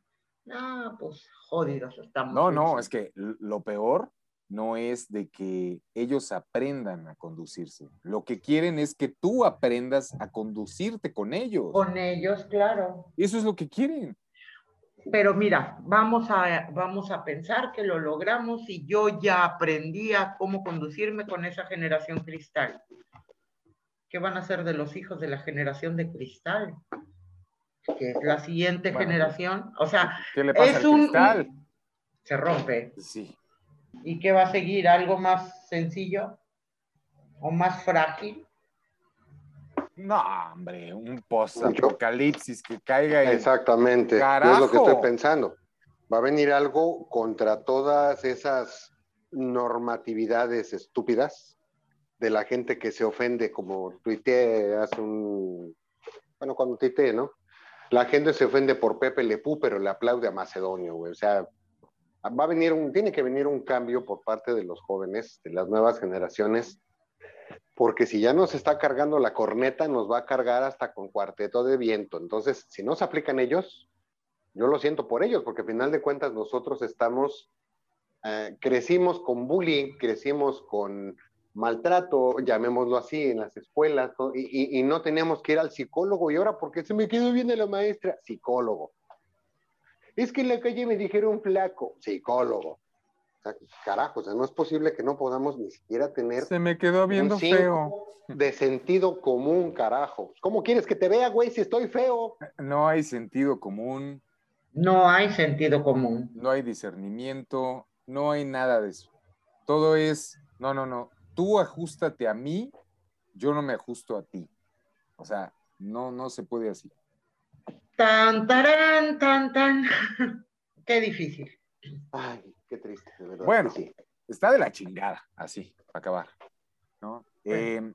[SPEAKER 2] Ah, pues jodidos estamos.
[SPEAKER 3] No, no, es que l- lo peor no es de que ellos aprendan a conducirse. Lo que quieren es que tú aprendas a conducirte con ellos.
[SPEAKER 2] Con ellos, claro.
[SPEAKER 3] Eso es lo que quieren.
[SPEAKER 2] Pero mira, vamos a, vamos a pensar que lo logramos y yo ya aprendí a cómo conducirme con esa generación cristal. ¿Qué van a hacer de los hijos de la generación de cristal? Que es la siguiente
[SPEAKER 3] Bueno. pues
[SPEAKER 2] generación. O sea,
[SPEAKER 3] ¿Qué le pasa
[SPEAKER 2] Es
[SPEAKER 3] al
[SPEAKER 2] un-
[SPEAKER 3] cristal?
[SPEAKER 2] se rompe.
[SPEAKER 3] Sí.
[SPEAKER 2] ¿Y qué va a seguir? ¿Algo más sencillo? ¿O más frágil?
[SPEAKER 3] No, hombre, un post-apocalipsis que caiga y
[SPEAKER 4] Exactamente.
[SPEAKER 3] ¡Carajo!
[SPEAKER 4] Es lo que estoy pensando. Va a venir algo contra todas esas normatividades estúpidas de la gente que se ofende, como tuiteé hace un. Bueno, cuando tuiteé, ¿no? La gente se ofende por Pepe Lepú, pero le aplaude a Macedonio, güey. O sea, va a venir un. Tiene que venir un cambio por parte de los jóvenes, de las nuevas generaciones, porque si ya nos está cargando la corneta, nos va a cargar hasta con cuarteto de viento. Entonces, si no se aplican ellos, yo lo siento por ellos, porque al final de cuentas nosotros estamos, eh, crecimos con bullying, crecimos con maltrato, llamémoslo así, en las escuelas, ¿no? Y, y- y no teníamos que ir al psicólogo. Y ahora, porque se me quedó bien de la maestra? Psicólogo. Es que en la calle me dijeron flaco, psicólogo. O sea, carajo, o sea, no es posible que no podamos ni siquiera tener
[SPEAKER 3] se me quedó viendo
[SPEAKER 4] cinco.
[SPEAKER 3] feo.
[SPEAKER 4] de sentido común, carajo. ¿Cómo quieres que te vea, güey, si estoy feo?
[SPEAKER 3] No hay sentido común,
[SPEAKER 2] No hay sentido común.
[SPEAKER 3] no hay discernimiento, no hay nada de eso. Todo es, no, no, no, tú ajustate a mí, yo no me ajusto a ti. O sea, no, no se puede así.
[SPEAKER 2] Tan, tarán, tan, tan. Qué difícil.
[SPEAKER 4] Ay, qué triste, de verdad.
[SPEAKER 3] Bueno.
[SPEAKER 4] que sí.
[SPEAKER 3] está de la chingada, así, para acabar. ¿no? Eh,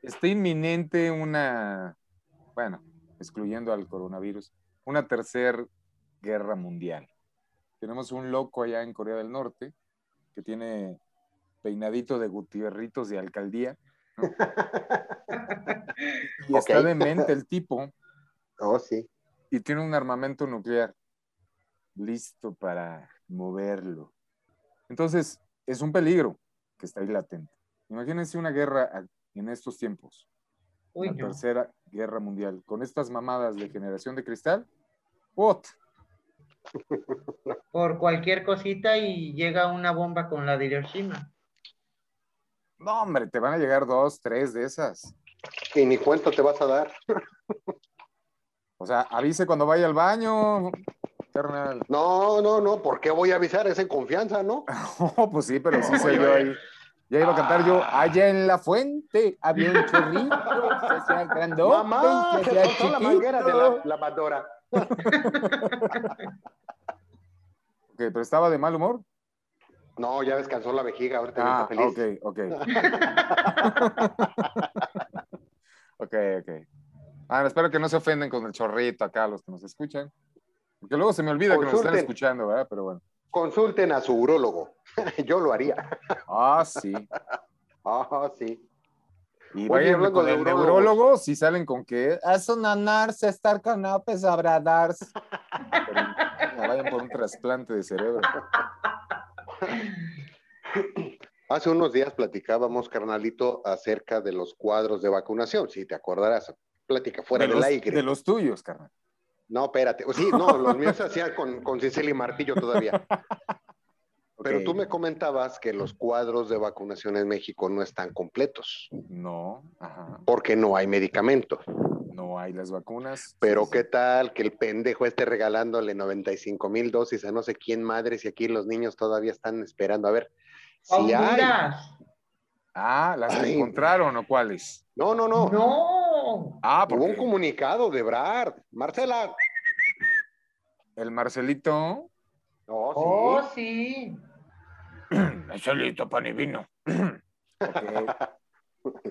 [SPEAKER 3] está inminente una, bueno, excluyendo al coronavirus, una tercera guerra mundial. Tenemos un loco allá en Corea del Norte que tiene peinadito de gutierritos de alcaldía. ¿no? y está
[SPEAKER 4] Ok.
[SPEAKER 3] demente el tipo
[SPEAKER 4] Oh, sí.
[SPEAKER 3] y tiene un armamento nuclear listo para moverlo. Entonces, es un peligro que está ahí latente. Imagínense una guerra a- en estos tiempos,
[SPEAKER 2] Uy,
[SPEAKER 3] la
[SPEAKER 2] no.
[SPEAKER 3] tercera guerra mundial, con estas mamadas de generación de cristal. ¡What!
[SPEAKER 2] Por cualquier cosita y llega una bomba con la de Hiroshima.
[SPEAKER 3] No, hombre, te van a llegar dos, tres de esas.
[SPEAKER 4] Y ni cuenta te vas a dar.
[SPEAKER 3] O sea, avise cuando vaya al baño, carnal.
[SPEAKER 4] No, no, no, ¿por qué voy a avisar? Es en confianza, ¿no?
[SPEAKER 3] No, pues sí, pero sí soy yo ahí. Ya iba a cantar yo,
[SPEAKER 4] Ah.
[SPEAKER 3] allá en la fuente había un chorrito, se hacía grandote
[SPEAKER 4] Mamá,
[SPEAKER 3] y se
[SPEAKER 4] se
[SPEAKER 3] hacía
[SPEAKER 4] soltó la manguera de
[SPEAKER 3] pues, chiquito".
[SPEAKER 4] la lavadora.
[SPEAKER 3] Ok, pero estaba de mal humor.
[SPEAKER 4] No, ya descansó la vejiga, ahorita
[SPEAKER 3] Ah,
[SPEAKER 4] está feliz.
[SPEAKER 3] ok, ok. ok, ok. Ah, espero que no se ofenden con el chorrito acá los que nos escuchan. Porque luego se me olvida que nos están
[SPEAKER 4] Consulten.
[SPEAKER 3] escuchando, ¿verdad? Pero bueno.
[SPEAKER 4] Consulten a su urólogo. yo lo haría.
[SPEAKER 3] Ah, sí.
[SPEAKER 4] Ah, sí.
[SPEAKER 3] Y
[SPEAKER 4] Oye,
[SPEAKER 3] vayan
[SPEAKER 4] hablando
[SPEAKER 3] con
[SPEAKER 4] de
[SPEAKER 3] el
[SPEAKER 4] urólogos.
[SPEAKER 3] neurólogo si salen con que es una narce estar con López Obrador. Pero, no, vayan por un trasplante de cerebro.
[SPEAKER 4] Hace unos días platicábamos, carnalito, acerca de los cuadros de vacunación. Si te acordarás, plática fuera
[SPEAKER 3] de,
[SPEAKER 4] del
[SPEAKER 3] los,
[SPEAKER 4] aire.
[SPEAKER 3] de los tuyos, carnal.
[SPEAKER 4] No, espérate. Sí, no, los míos se hacían con, con cincel y martillo todavía. Pero
[SPEAKER 3] Ok.
[SPEAKER 4] tú me comentabas que los cuadros de vacunación en México no están completos
[SPEAKER 3] No, ajá.
[SPEAKER 4] porque no hay medicamento.
[SPEAKER 3] No hay las vacunas.
[SPEAKER 4] Pero
[SPEAKER 3] Sí,
[SPEAKER 4] qué
[SPEAKER 3] sí.
[SPEAKER 4] tal que el pendejo esté regalándole 95 mil dosis a no sé quién madres y aquí los niños todavía están esperando. A ver, si hay.
[SPEAKER 2] Honduras.
[SPEAKER 3] Ah, las que
[SPEAKER 4] Ay.
[SPEAKER 3] encontraron o cuáles.
[SPEAKER 4] No, no, no.
[SPEAKER 2] No.
[SPEAKER 3] Ah,
[SPEAKER 4] Hubo un
[SPEAKER 3] porque
[SPEAKER 4] comunicado de Brad. Marcela.
[SPEAKER 3] el Marcelito.
[SPEAKER 4] No, sí.
[SPEAKER 2] Oh, sí.
[SPEAKER 3] Marcelito, pan y vino. Ok.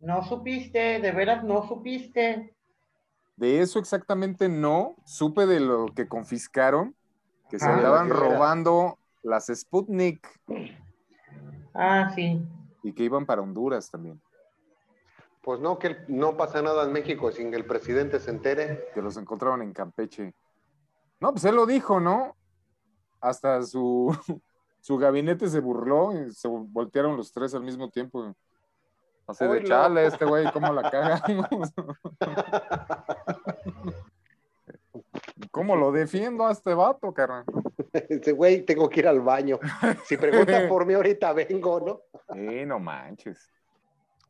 [SPEAKER 2] No supiste, de veras no supiste.
[SPEAKER 3] De eso exactamente no. Supe de lo que confiscaron, que se
[SPEAKER 2] Ah,
[SPEAKER 3] andaban
[SPEAKER 4] lo que era.
[SPEAKER 3] robando las Sputnik
[SPEAKER 2] Ah, sí.
[SPEAKER 3] y que iban para Honduras también.
[SPEAKER 4] Pues no, que no pasa nada en México sin que el presidente se entere.
[SPEAKER 3] que los encontraron en Campeche. No, pues él lo dijo, ¿no? Hasta su, su gabinete se burló y se voltearon los tres al mismo tiempo. Así de
[SPEAKER 4] Oilo.
[SPEAKER 3] chale, este güey, ¿cómo la cagamos? ¿Cómo lo defiendo a este vato, carnal?
[SPEAKER 4] Dice, güey, tengo que ir al baño. Si pregunta por mí ahorita vengo, ¿no?
[SPEAKER 3] Eh, no manches.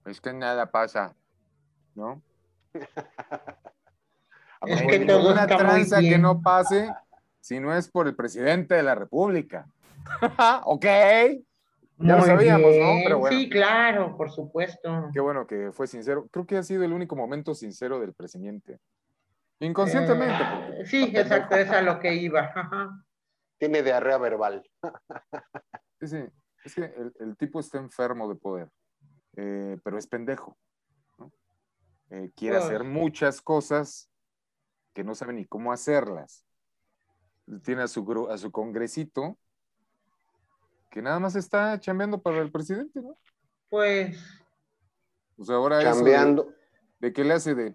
[SPEAKER 3] Es que nada pasa, ¿no?
[SPEAKER 2] Es
[SPEAKER 3] No
[SPEAKER 2] que
[SPEAKER 3] hay
[SPEAKER 2] todo
[SPEAKER 3] ninguna
[SPEAKER 2] está muy
[SPEAKER 3] tranza que
[SPEAKER 2] bien.
[SPEAKER 3] no pase si no es por el presidente de la República.
[SPEAKER 10] ok. Ya lo
[SPEAKER 2] Muy
[SPEAKER 10] sabíamos, ¿no?
[SPEAKER 2] bien,
[SPEAKER 10] Pero bueno,
[SPEAKER 2] Sí, claro, por supuesto.
[SPEAKER 3] Qué bueno que fue sincero. Creo que ha sido el único momento sincero del presidente. Inconscientemente. porque-
[SPEAKER 2] Eh, sí, exacto, es a lo que iba. ajá.
[SPEAKER 4] Tiene diarrea verbal.
[SPEAKER 3] sí, sí, es que el, el tipo está enfermo de poder, eh, pero es pendejo. ¿no? Eh, quiere
[SPEAKER 2] Ay.
[SPEAKER 3] hacer muchas cosas que no sabe ni cómo hacerlas. Tiene a su, gru- a su congresito que nada más está chambeando para el presidente, ¿no?
[SPEAKER 2] Pues,
[SPEAKER 3] Pues ahora eso de-
[SPEAKER 4] Chambeando.
[SPEAKER 3] de qué le hace de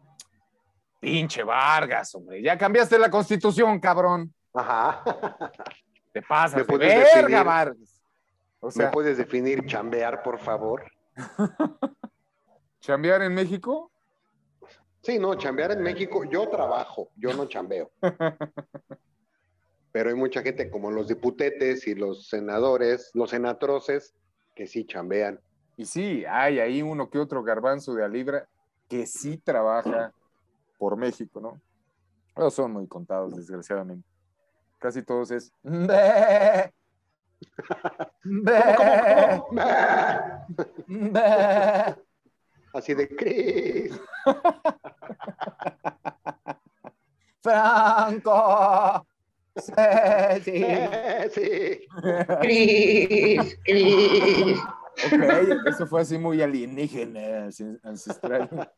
[SPEAKER 3] pinche Vargas, hombre. Ya cambiaste la constitución, cabrón.
[SPEAKER 4] Ajá.
[SPEAKER 3] Te pasas
[SPEAKER 4] ¿Me
[SPEAKER 3] de
[SPEAKER 4] puedes
[SPEAKER 3] verga,
[SPEAKER 4] definir?
[SPEAKER 3] Vargas. O
[SPEAKER 4] ¿Me
[SPEAKER 3] sea,
[SPEAKER 4] puedes definir chambear, por favor?
[SPEAKER 3] chambear en México,
[SPEAKER 4] Sí, no, chambear en México, yo trabajo, yo no chambeo. Pero hay mucha gente como los diputetes y los senadores, los senatroces, que sí chambean.
[SPEAKER 3] y sí, hay ahí uno que otro garbanzo de Alibra que sí trabaja por México, ¿no? Pero son muy contados, desgraciadamente. Casi todos es. "Bé, bé, bé".
[SPEAKER 4] Así de Cris.
[SPEAKER 10] Franco. Sí.
[SPEAKER 4] eh, Sí.
[SPEAKER 2] Cris, Cris.
[SPEAKER 3] Ok, eso fue así muy alienígena, así- ancestral.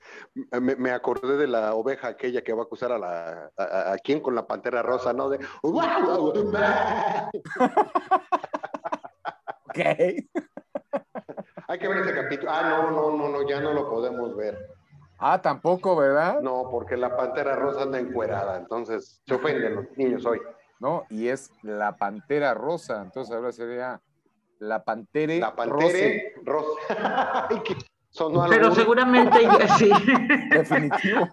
[SPEAKER 4] Ah, Me, me acordé de la oveja aquella que va a acusar a la a, a- a quién con la pantera rosa, ¿no? De "Guau, guau, guau".
[SPEAKER 3] Ok.
[SPEAKER 4] hay que ver ese capítulo. Ah, no, no, no, no, ya no lo podemos ver.
[SPEAKER 3] Ah, tampoco, ¿verdad? No.
[SPEAKER 4] No, porque la pantera rosa anda encuerada, entonces se ofenden los niños hoy.
[SPEAKER 3] y es la pantera rosa. Entonces ahora sería la pantere.
[SPEAKER 4] La
[SPEAKER 3] Rose.
[SPEAKER 4] pantera rosa. Ay, que Sonó algo.
[SPEAKER 2] Pero seguramente, ya- sí.
[SPEAKER 3] Definitivo.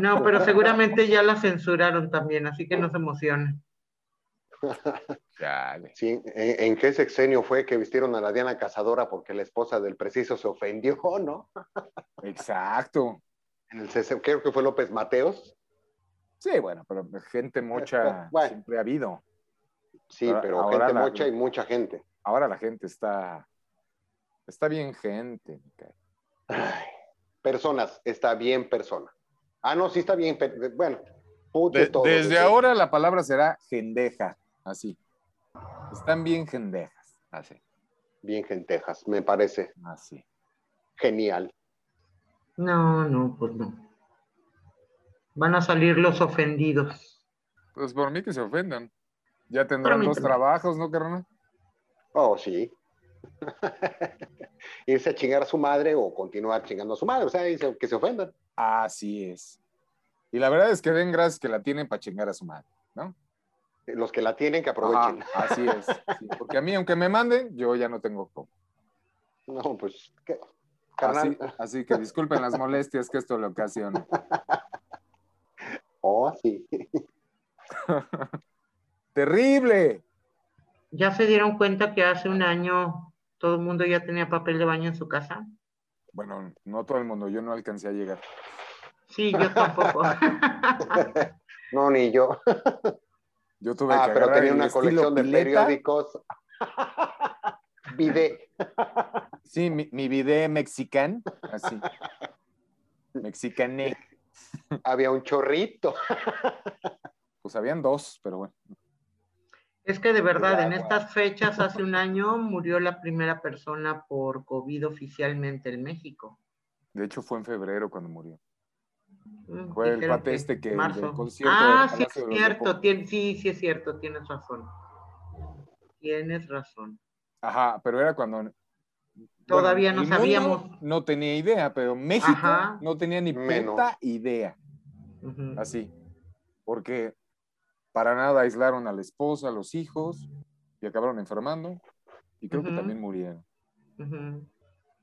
[SPEAKER 2] No, pero seguramente ya la censuraron también, así que no se emocionen.
[SPEAKER 3] Chale.
[SPEAKER 4] Sí, ¿en, en qué sexenio fue que vistieron a la Diana Cazadora porque la esposa del preciso se ofendió, no?
[SPEAKER 3] Exacto.
[SPEAKER 4] En el sesen- creo que fue López Mateos.
[SPEAKER 3] Sí, bueno, pero gente mocha
[SPEAKER 4] Bueno.
[SPEAKER 3] siempre ha habido.
[SPEAKER 4] Sí,
[SPEAKER 3] Ahora-
[SPEAKER 4] pero
[SPEAKER 3] ahora
[SPEAKER 4] gente
[SPEAKER 3] la-
[SPEAKER 4] mocha y mucha gente.
[SPEAKER 3] Ahora la gente está. Está bien, gente. me cae.
[SPEAKER 4] Ay, personas, está bien persona. Ah, no, sí está bien, pe- bueno, pute
[SPEAKER 3] De-
[SPEAKER 4] todo.
[SPEAKER 3] desde ahora la palabra será gendeja. Así. Están bien gendejas. Así.
[SPEAKER 4] Bien gentejas, me parece
[SPEAKER 3] Así.
[SPEAKER 4] genial.
[SPEAKER 2] No, no, pues no. Van a salir los ofendidos.
[SPEAKER 3] Pues por mí que se ofendan. Ya tendrán
[SPEAKER 2] mí
[SPEAKER 3] dos
[SPEAKER 2] también.
[SPEAKER 3] trabajos, ¿no, carnal?
[SPEAKER 4] Oh, sí. Irse a chingar a su madre o continuar chingando a su madre, o sea, dice, que se ofendan.
[SPEAKER 3] Así es. Y la verdad es que den gracias que la tienen para chingar a su madre.
[SPEAKER 4] Los que la tienen, que
[SPEAKER 3] Ajá,
[SPEAKER 4] aprovechen.
[SPEAKER 3] así es. sí, porque a mí, aunque me manden, yo ya no tengo cómo.
[SPEAKER 4] No, pues, ¿qué?
[SPEAKER 3] Así,
[SPEAKER 4] carnal.
[SPEAKER 3] así que disculpen las molestias que esto le ocasiona.
[SPEAKER 4] Oh, sí.
[SPEAKER 3] ¡Terrible!
[SPEAKER 2] ¿Ya se dieron cuenta que hace un año todo el mundo ya tenía papel de baño en su casa?
[SPEAKER 3] Bueno, no todo el mundo, yo no alcancé a llegar.
[SPEAKER 2] Sí, yo tampoco.
[SPEAKER 4] No, ni yo.
[SPEAKER 3] Yo tuve
[SPEAKER 4] Ah,
[SPEAKER 3] que
[SPEAKER 4] pero
[SPEAKER 3] agarrar
[SPEAKER 4] tenía
[SPEAKER 3] el
[SPEAKER 4] una
[SPEAKER 3] estilo
[SPEAKER 4] colección de
[SPEAKER 3] pileta.
[SPEAKER 4] periódicos. Vide.
[SPEAKER 3] Sí, mi, mi video mexicán, así. Mexicané.
[SPEAKER 4] Había un chorrito.
[SPEAKER 3] Pues habían dos, pero bueno.
[SPEAKER 2] Es que de verdad,
[SPEAKER 4] Guau,
[SPEAKER 2] en
[SPEAKER 4] guau.
[SPEAKER 2] estas fechas, hace un año, murió la primera persona por COVID oficialmente en México.
[SPEAKER 3] De hecho, fue en febrero cuando murió.
[SPEAKER 2] Mm,
[SPEAKER 3] Fue el
[SPEAKER 2] dijeron
[SPEAKER 3] cuate este que- del concierto
[SPEAKER 2] Ah,
[SPEAKER 3] del
[SPEAKER 2] sí,
[SPEAKER 3] Palacio de los
[SPEAKER 2] es cierto.
[SPEAKER 3] Deportes.
[SPEAKER 2] tien- sí, sí, es cierto. Tienes razón. Tienes razón.
[SPEAKER 3] Ajá, pero era cuando Bueno,
[SPEAKER 2] Todavía
[SPEAKER 3] el
[SPEAKER 2] no
[SPEAKER 3] mundo
[SPEAKER 2] sabíamos.
[SPEAKER 3] No tenía idea, pero México
[SPEAKER 2] Ajá.
[SPEAKER 3] no tenía ni
[SPEAKER 4] Menos.
[SPEAKER 3] puta idea.
[SPEAKER 2] Ujú.
[SPEAKER 3] Así. Porque para nada aislaron a la esposa, a los hijos, y acabaron enfermando. Y creo que
[SPEAKER 2] Ujú.
[SPEAKER 3] también murieron.
[SPEAKER 2] Ujú,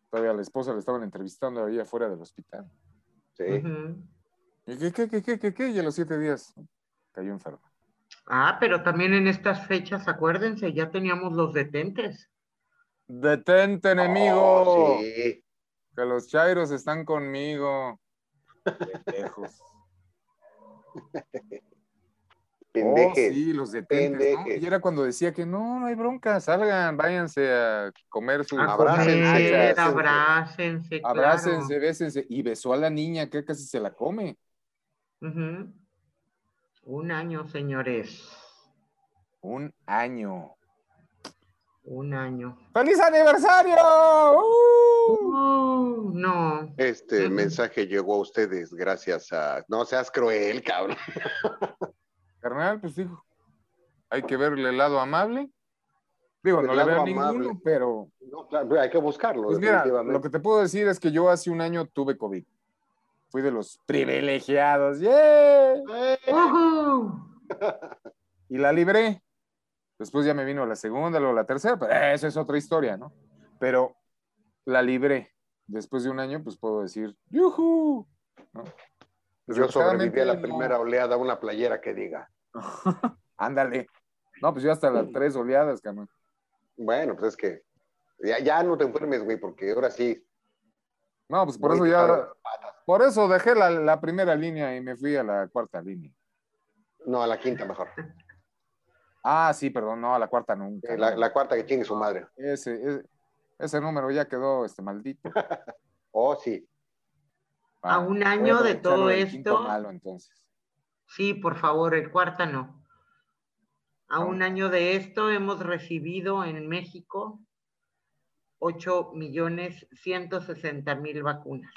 [SPEAKER 3] Todavía a la esposa le estaban entrevistando ahí afuera del hospital.
[SPEAKER 4] Sí.
[SPEAKER 2] ujú.
[SPEAKER 3] ¿Y qué, qué, qué, qué, qué, qué? Y a los siete días cayó enferma.
[SPEAKER 2] Ah, pero también en estas fechas, acuérdense, ya teníamos los detentes.
[SPEAKER 3] ¡Detente, enemigo!
[SPEAKER 4] Oh, sí.
[SPEAKER 3] Que los chairos están conmigo. Pendejos.
[SPEAKER 4] pendejes.
[SPEAKER 3] Oh, sí, los detentes, ¿no?
[SPEAKER 4] Pendejes.
[SPEAKER 3] Y era cuando decía que no, no hay bronca, salgan, váyanse a comer sus...
[SPEAKER 2] A
[SPEAKER 4] Abrácense,
[SPEAKER 2] comer,
[SPEAKER 4] abrácense.
[SPEAKER 2] abrácense, claro.
[SPEAKER 3] Abrácense, bésense. Y besó a la niña que casi se la come.
[SPEAKER 2] Ujú. Un año, señores.
[SPEAKER 3] Un año.
[SPEAKER 2] Un año.
[SPEAKER 3] ¡Feliz aniversario! ¡Uh!
[SPEAKER 2] Uh, no.
[SPEAKER 4] Este
[SPEAKER 2] Ujú.
[SPEAKER 4] mensaje llegó a ustedes gracias a. No seas cruel, cabrón.
[SPEAKER 3] Carnal, pues dijo, hay que verle el lado amable. Digo,
[SPEAKER 4] El
[SPEAKER 3] no le
[SPEAKER 4] lado
[SPEAKER 3] veo
[SPEAKER 4] amable.
[SPEAKER 3] ninguno, pero...
[SPEAKER 4] No, claro, hay que buscarlo.
[SPEAKER 3] Pues mira, lo
[SPEAKER 4] definitivamente.
[SPEAKER 3] que te puedo decir es que yo hace un año tuve COVID. Fui de los privilegiados. ¡Yay!
[SPEAKER 2] Ujú.
[SPEAKER 3] y la libré. Después ya me vino la segunda, luego la tercera, pero esa es otra historia, ¿no? Pero la libré. Después de un año, pues puedo decir, ¡yujú! ¿no?
[SPEAKER 4] Pues Yo sobreviví a la
[SPEAKER 3] Desgraciadamente,
[SPEAKER 4] primera oleada, una playera que diga.
[SPEAKER 3] no. Ándale. No, pues yo hasta las tres oleadas, cabrón.
[SPEAKER 4] Bueno, pues es que. Ya, ya no te enfermes, güey, porque ahora sí.
[SPEAKER 3] No, pues por
[SPEAKER 4] voy
[SPEAKER 3] eso
[SPEAKER 4] de
[SPEAKER 3] ya,
[SPEAKER 4] paro.
[SPEAKER 3] por eso dejé la, la primera línea y me fui a la cuarta línea.
[SPEAKER 4] No, a la quinta mejor.
[SPEAKER 3] Ah, sí, perdón, no, a la cuarta nunca.
[SPEAKER 4] Eh, La, la cuarta que chingue su madre.
[SPEAKER 3] Ese, ese, ese número ya quedó este maldito.
[SPEAKER 4] Oh, sí.
[SPEAKER 2] A
[SPEAKER 3] Ah,
[SPEAKER 2] un
[SPEAKER 3] voy
[SPEAKER 2] año de
[SPEAKER 3] aprovecharlo
[SPEAKER 2] todo
[SPEAKER 3] del quinto
[SPEAKER 2] esto.
[SPEAKER 3] malo, entonces.
[SPEAKER 2] Sí, por favor, el cuarta no. A un año de esto hemos recibido en México 8 millones 160 mil vacunas.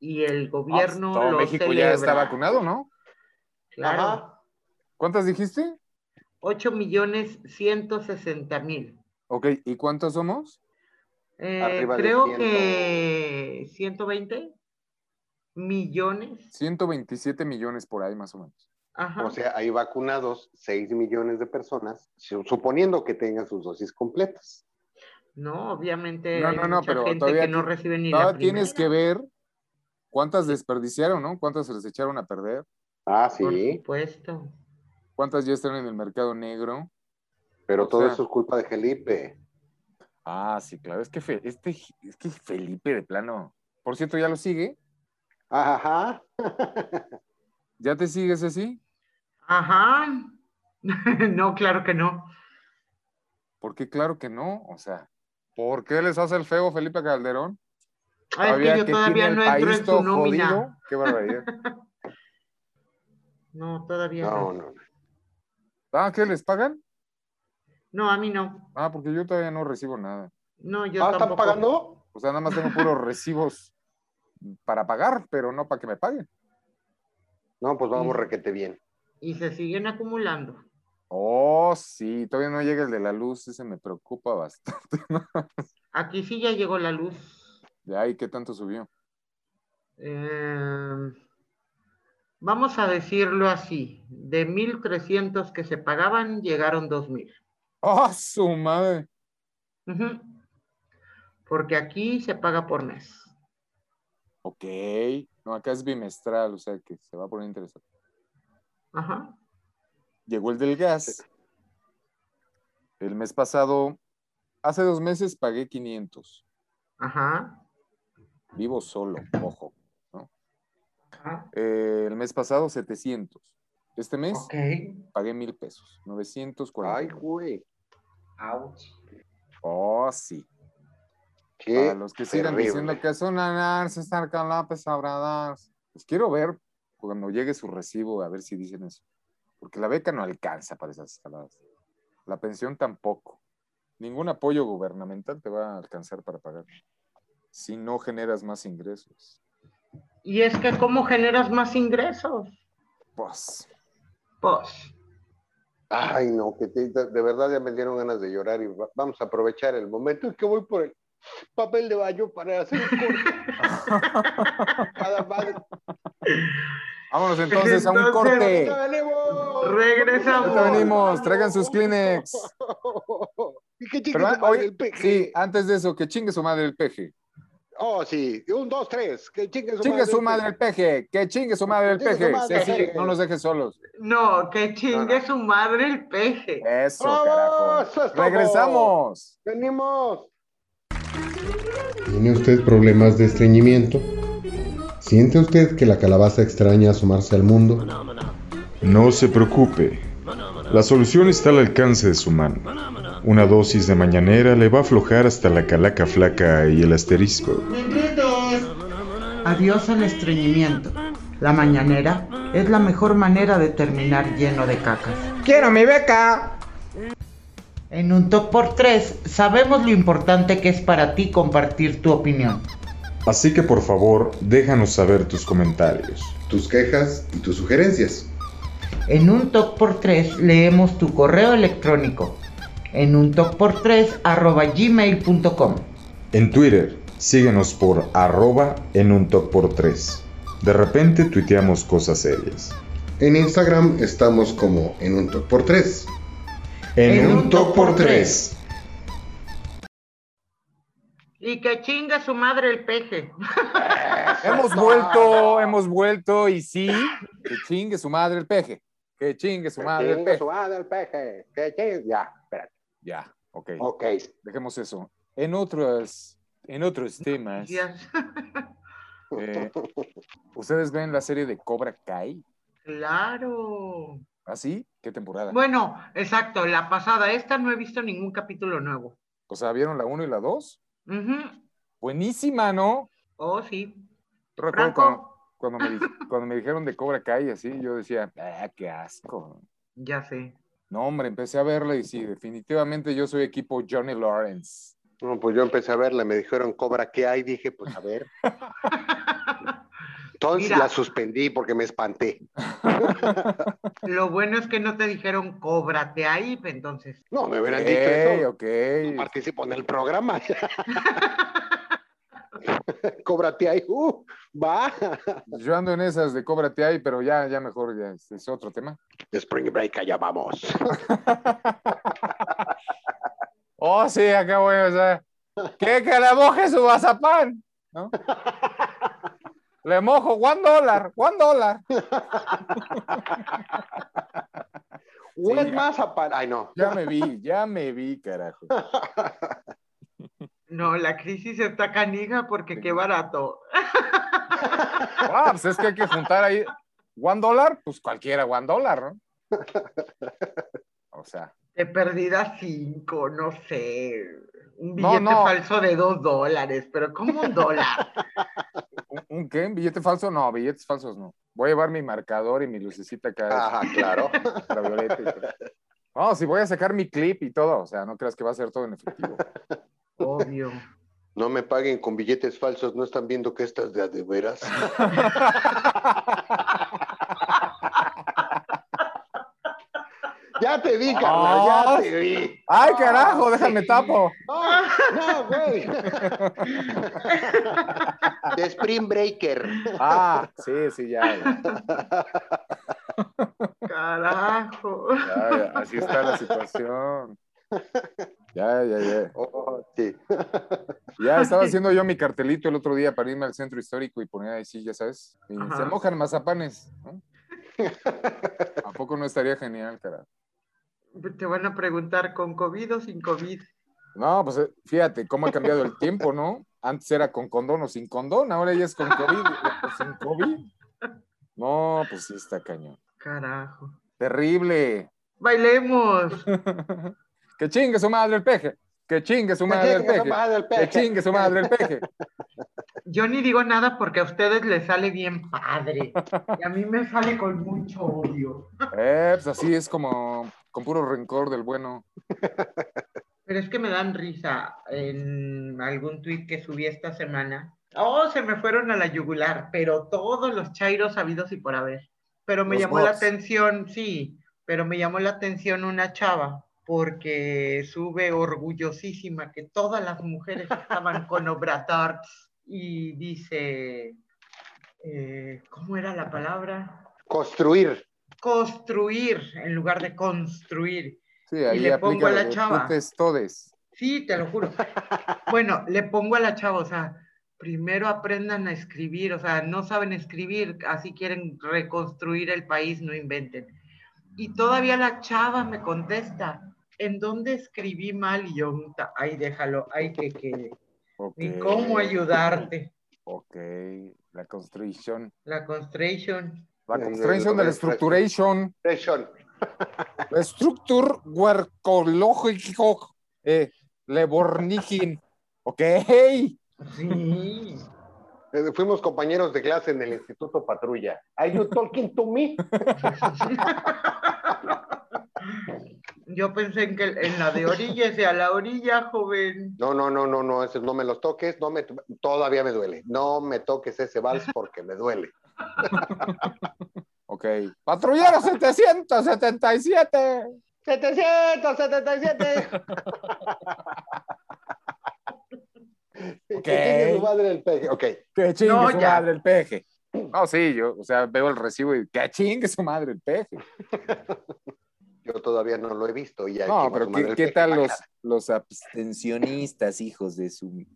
[SPEAKER 2] Y el
[SPEAKER 3] Ah, pues,
[SPEAKER 2] gobierno
[SPEAKER 3] todo
[SPEAKER 2] lo
[SPEAKER 3] México
[SPEAKER 2] celebra.
[SPEAKER 3] ya está vacunado, ¿no?
[SPEAKER 2] Claro.
[SPEAKER 4] Ajá.
[SPEAKER 3] ¿Cuántas dijiste?
[SPEAKER 2] 8 millones 160 mil.
[SPEAKER 3] Ok, ¿y cuántos somos?
[SPEAKER 2] Eh,
[SPEAKER 4] Arriba de
[SPEAKER 2] creo
[SPEAKER 4] 100.
[SPEAKER 2] que 120 millones.
[SPEAKER 3] 127 millones por ahí más o menos.
[SPEAKER 2] Ajá.
[SPEAKER 4] O sea, hay vacunados 6 millones de personas, su- suponiendo que tengan sus dosis completas.
[SPEAKER 2] no, obviamente
[SPEAKER 3] No,
[SPEAKER 2] hay
[SPEAKER 3] no, no,
[SPEAKER 2] mucha
[SPEAKER 3] pero
[SPEAKER 2] gente
[SPEAKER 3] todavía
[SPEAKER 2] que no
[SPEAKER 3] ti-
[SPEAKER 2] recibe ni la
[SPEAKER 3] Ahora
[SPEAKER 2] primera.
[SPEAKER 3] tienes que ver cuántas desperdiciaron, ¿no? Cuántas se les echaron a perder,
[SPEAKER 4] Ah,
[SPEAKER 2] Por
[SPEAKER 4] sí,
[SPEAKER 2] supuesto.
[SPEAKER 3] cuántas ya están en el mercado negro.
[SPEAKER 4] pero
[SPEAKER 3] o
[SPEAKER 4] todo
[SPEAKER 3] sea-
[SPEAKER 4] eso es culpa de Felipe.
[SPEAKER 3] Ah, sí, claro, es que Fe- este es que Felipe de plano. Por cierto, ya lo sigue.
[SPEAKER 4] Ajá.
[SPEAKER 3] ¿Ya te sigues así?
[SPEAKER 2] Ajá. no, claro que no.
[SPEAKER 3] Porque claro que no, o sea, ¿por qué les hace el feo Felipe Calderón?
[SPEAKER 2] Ah, es que yo
[SPEAKER 3] que
[SPEAKER 2] todavía
[SPEAKER 3] tiene el
[SPEAKER 2] no entro
[SPEAKER 3] país
[SPEAKER 2] en
[SPEAKER 3] todo
[SPEAKER 2] su nómina.
[SPEAKER 3] jodido, Qué barbaridad.
[SPEAKER 2] No, todavía no.
[SPEAKER 4] No,
[SPEAKER 2] no.
[SPEAKER 4] no.
[SPEAKER 3] Ah, ¿qué les pagan?
[SPEAKER 2] a mí no.
[SPEAKER 3] Ah, porque yo todavía no recibo nada.
[SPEAKER 2] No, yo
[SPEAKER 4] Ah, ¿están
[SPEAKER 2] tampoco.
[SPEAKER 4] pagando?
[SPEAKER 3] O sea, nada más tengo puros recibos para pagar, pero no para que me paguen.
[SPEAKER 4] No, pues vamos
[SPEAKER 2] Sí.
[SPEAKER 4] requete bien.
[SPEAKER 2] Y se siguen acumulando.
[SPEAKER 3] Oh, sí, todavía no llega el de la luz, ese me preocupa bastante.
[SPEAKER 2] Aquí sí ya llegó la luz.
[SPEAKER 3] De ahí, ¿qué tanto subió?
[SPEAKER 2] Eh, vamos a decirlo así. De 1.300 que se pagaban, llegaron 2.000.
[SPEAKER 3] ¡Oh, su madre!
[SPEAKER 2] Ujú. Porque aquí se paga por mes.
[SPEAKER 3] Ok. No, acá es bimestral, o sea que se va a poner interesante.
[SPEAKER 2] Ajá.
[SPEAKER 3] Llegó el del gas. El mes pasado, hace dos meses pagué 500.
[SPEAKER 2] Ajá.
[SPEAKER 3] Vivo solo, ojo.
[SPEAKER 2] ajá.
[SPEAKER 3] Eh, el mes pasado, 700. Este mes,
[SPEAKER 2] Ok.
[SPEAKER 3] pagué mil pesos, 940.
[SPEAKER 4] Ay, güey.
[SPEAKER 2] Ouch.
[SPEAKER 3] Oh, sí.
[SPEAKER 4] Qué
[SPEAKER 3] Para los que sigan
[SPEAKER 4] terrible.
[SPEAKER 3] diciendo que son anarse, Sarkan López, Abradas. Pues quiero ver cuando llegue su recibo, a ver si dicen eso. Porque la beca no alcanza para esas escaladas. La pensión tampoco. Ningún apoyo gubernamental te va a alcanzar para pagar. Si no generas más ingresos.
[SPEAKER 2] Y es que, ¿cómo generas más ingresos?
[SPEAKER 3] Pues,
[SPEAKER 2] Pues.
[SPEAKER 4] Ay, no, que te- de verdad ya me dieron ganas de llorar y va- vamos a aprovechar el momento en que voy por el papel de baño para hacer un corte. Nada más.
[SPEAKER 3] vámonos entonces a un corte.
[SPEAKER 4] ¡Ya venimos!
[SPEAKER 3] Ahorita
[SPEAKER 2] Regresamos.
[SPEAKER 3] venimos, traigan sus Kleenex.
[SPEAKER 4] Y qué
[SPEAKER 3] Pero,
[SPEAKER 4] chiquito
[SPEAKER 3] ah,
[SPEAKER 4] madre
[SPEAKER 3] oye,
[SPEAKER 4] el peje.
[SPEAKER 3] sí, antes de eso, que chingue su madre el peje.
[SPEAKER 4] Oh, sí. Un, dos, tres. Que chingue su
[SPEAKER 3] Chingue
[SPEAKER 4] madre.
[SPEAKER 3] su madre el peje, que chingue su madre el
[SPEAKER 4] Chingue su
[SPEAKER 3] peje.
[SPEAKER 4] madre el
[SPEAKER 3] Ceci,
[SPEAKER 4] peje.
[SPEAKER 3] no nos dejes solos.
[SPEAKER 2] No, que chingue
[SPEAKER 3] No, no.
[SPEAKER 2] su madre el peje.
[SPEAKER 3] Eso,
[SPEAKER 4] ¡Vamos!
[SPEAKER 3] carajo.
[SPEAKER 4] ¡Eso es todo!
[SPEAKER 3] Regresamos.
[SPEAKER 4] Venimos.
[SPEAKER 7] ¿Tiene usted problemas de estreñimiento? ¿Siente usted que la calabaza extraña asomarse al mundo?
[SPEAKER 11] No se preocupe, La solución está al alcance de su mano. Una dosis de mañanera le va a aflojar hasta la calaca flaca y el asterisco.
[SPEAKER 2] Adiós al estreñimiento. La mañanera es la mejor manera de terminar lleno de cacas.
[SPEAKER 10] ¡Quiero mi beca!
[SPEAKER 2] En un top por tres, sabemos lo importante que es para ti compartir tu opinión.
[SPEAKER 11] Así que por favor, déjanos saber tus comentarios.
[SPEAKER 7] Tus quejas y tus sugerencias.
[SPEAKER 2] En un top por tres leemos tu correo electrónico. En un top por tres arroba gmail.com.
[SPEAKER 11] En Twitter, síguenos por arroba en un top por tres. De repente tuiteamos cosas serias.
[SPEAKER 7] En Instagram estamos como en un top por tres.
[SPEAKER 11] En, en un, un top, top por tres.
[SPEAKER 2] Y que chinga su madre el peje.
[SPEAKER 3] hemos vuelto, hemos vuelto y sí, que chingue su madre el peje. Que chingue su madre el peje.
[SPEAKER 4] su madre el peje. Que chingue. Ya, espérate.
[SPEAKER 3] Ya, ok.
[SPEAKER 4] Ok.
[SPEAKER 3] Dejemos eso. En otros, en otros temas.
[SPEAKER 2] Yes.
[SPEAKER 3] Eh, ¿Ustedes ven la serie de Cobra Kai?
[SPEAKER 2] Claro.
[SPEAKER 3] ¿Ah, sí? ¿Qué temporada?
[SPEAKER 2] Bueno, exacto, la pasada. Esta no he visto ningún capítulo nuevo.
[SPEAKER 3] O sea, ¿vieron la 1 y la 2?
[SPEAKER 2] Ujú.
[SPEAKER 3] Buenísima, ¿no?
[SPEAKER 2] Oh, sí.
[SPEAKER 3] Yo recuerdo
[SPEAKER 2] Franco.
[SPEAKER 3] cuando, cuando me, di- cuando me dijeron de Cobra Kai, así, yo decía, ah, qué asco.
[SPEAKER 2] Ya sé.
[SPEAKER 3] No, hombre, empecé a verla y sí, definitivamente yo soy equipo Johnny Lawrence.
[SPEAKER 4] No, pues yo empecé a verla, me dijeron Cobra, ¿qué hay? Dije, pues a ver. Entonces
[SPEAKER 2] Mira.
[SPEAKER 4] la suspendí porque me espanté.
[SPEAKER 2] Lo bueno es que no te dijeron cóbrate ahí, entonces.
[SPEAKER 4] No, me hubieran dicho
[SPEAKER 3] Ok,
[SPEAKER 4] eso.
[SPEAKER 3] Eh, ok.
[SPEAKER 4] No participo en el programa. Cóbrate ahí. Uh, va.
[SPEAKER 3] Pues Yo ando en esas de cóbrate ahí, pero ya, ya mejor, ya es, es otro tema.
[SPEAKER 4] Spring Break, allá vamos.
[SPEAKER 3] Oh, sí, acá voy, o sea, ¿qué que le moje su bazapán? ¿No? Le mojo, one dólar, one dólar.
[SPEAKER 4] ¿O es
[SPEAKER 3] ya.
[SPEAKER 4] más apar- Ay, no.
[SPEAKER 3] Ya me vi, ya me vi, carajo.
[SPEAKER 2] No, la crisis está canija porque qué barato.
[SPEAKER 3] Ah, pues es que hay que juntar ahí one dólar, pues cualquiera one dólar, ¿no? O sea,
[SPEAKER 2] Te perdida cinco, no sé. Un
[SPEAKER 3] No,
[SPEAKER 2] billete
[SPEAKER 3] no.
[SPEAKER 2] falso de dos dólares, pero ¿cómo un dólar?
[SPEAKER 3] ¿un, un qué? ¿Un billete falso? No, billetes falsos no. Voy a llevar mi marcador y mi lucecita acá.
[SPEAKER 4] Ajá, claro.
[SPEAKER 3] ultravioleta y todo. No, si voy a sacar mi clip y todo, o sea, no creas que va a ser todo en efectivo.
[SPEAKER 2] Obvio.
[SPEAKER 4] No me paguen con billetes falsos, no están viendo que estas de a de veras. ya te vi, carnal, ya te vi.
[SPEAKER 3] ¡Ay,
[SPEAKER 4] Ah,
[SPEAKER 3] carajo! Déjame tapo.
[SPEAKER 4] Ay, no, güey. De Spring Breaker.
[SPEAKER 3] Ah, sí, sí, ya. ya,
[SPEAKER 2] Carajo.
[SPEAKER 3] ya, ya, Así está la situación. Ya, ya, ya.
[SPEAKER 4] Oh, sí.
[SPEAKER 3] Ya estaba haciendo yo mi cartelito el otro día para irme al centro histórico y poner ahí, sí, ya sabes. y
[SPEAKER 2] Ajá.
[SPEAKER 3] se mojan mazapanes. ¿no? ¿A poco no estaría genial, carajo?
[SPEAKER 2] Te van a preguntar con COVID o sin COVID.
[SPEAKER 3] No, pues eh, fíjate cómo ha cambiado el tiempo, ¿no? Antes era con condón o sin condón, ahora ya es con COVID eh, o sin COVID. No, pues sí está cañón.
[SPEAKER 2] Carajo.
[SPEAKER 3] Terrible.
[SPEAKER 2] Bailemos.
[SPEAKER 3] Que chingue su madre el peje. Que chingue su madre el peje. Que chingue su madre el peje.
[SPEAKER 2] Yo ni digo nada porque a ustedes les sale bien padre. Y a mí me sale con mucho odio.
[SPEAKER 3] Eh, pues así es como con puro rencor del bueno.
[SPEAKER 2] Pero es que me dan risa en algún tuit que subí esta semana. Oh, se me fueron a la yugular, pero todos los chairos habidos y por haber. Pero me
[SPEAKER 3] Los
[SPEAKER 2] llamó la
[SPEAKER 3] bots.
[SPEAKER 2] atención, sí, pero me llamó la atención una chava porque sube orgullosísima que todas las mujeres estaban con Obrador y dice, eh, ¿cómo era la palabra?
[SPEAKER 4] Construir.
[SPEAKER 2] Construir en lugar de construir.
[SPEAKER 3] Sí,
[SPEAKER 2] Y
[SPEAKER 3] ahí
[SPEAKER 2] le pongo
[SPEAKER 3] aplica
[SPEAKER 2] a la
[SPEAKER 3] lo de
[SPEAKER 2] chava.
[SPEAKER 3] putes todes.
[SPEAKER 2] Sí, te lo juro. Bueno, le pongo a la chava, o sea, primero aprendan a escribir, o sea, no saben escribir, así quieren reconstruir el país, no inventen. Y todavía la chava me contesta, ¿en dónde escribí mal? Y yo, "Uta, ay, déjalo, ay, que quede.
[SPEAKER 3] Ok.
[SPEAKER 2] Ni cómo ayudarte.
[SPEAKER 3] Ok. La construcción.
[SPEAKER 2] La construction.
[SPEAKER 3] La
[SPEAKER 4] El-
[SPEAKER 3] construcción de la
[SPEAKER 4] el-
[SPEAKER 3] structuration.
[SPEAKER 4] Presión.
[SPEAKER 10] La estructura huercológico eh, lebornigin. Ok.
[SPEAKER 2] Sí.
[SPEAKER 4] Eh, Fuimos compañeros de clase en el Instituto Patrulla. Are you talking to me?
[SPEAKER 2] Yo pensé en que en la de orilla, sea la orilla, joven.
[SPEAKER 4] No, no, no, no, no, ese no me los toques, no me, todavía me duele. No me toques ese vals porque me duele.
[SPEAKER 3] Ok.
[SPEAKER 10] Patrullero 777.
[SPEAKER 4] 777.
[SPEAKER 10] Ok.
[SPEAKER 4] ¿Qué es madre el peje? Ok.
[SPEAKER 10] Que chingue
[SPEAKER 2] No,
[SPEAKER 10] su
[SPEAKER 2] ya.
[SPEAKER 10] madre el peje.
[SPEAKER 3] No, sí, yo, o sea, veo el recibo y que chingue su madre el peje.
[SPEAKER 4] Yo todavía no lo he visto. Y ya
[SPEAKER 3] No,
[SPEAKER 4] quiero
[SPEAKER 3] pero
[SPEAKER 4] tomar
[SPEAKER 3] ¿qué,
[SPEAKER 4] el
[SPEAKER 3] qué
[SPEAKER 4] peje
[SPEAKER 3] tal
[SPEAKER 4] para
[SPEAKER 3] los,
[SPEAKER 4] acá.
[SPEAKER 3] los abstencionistas, hijos de su...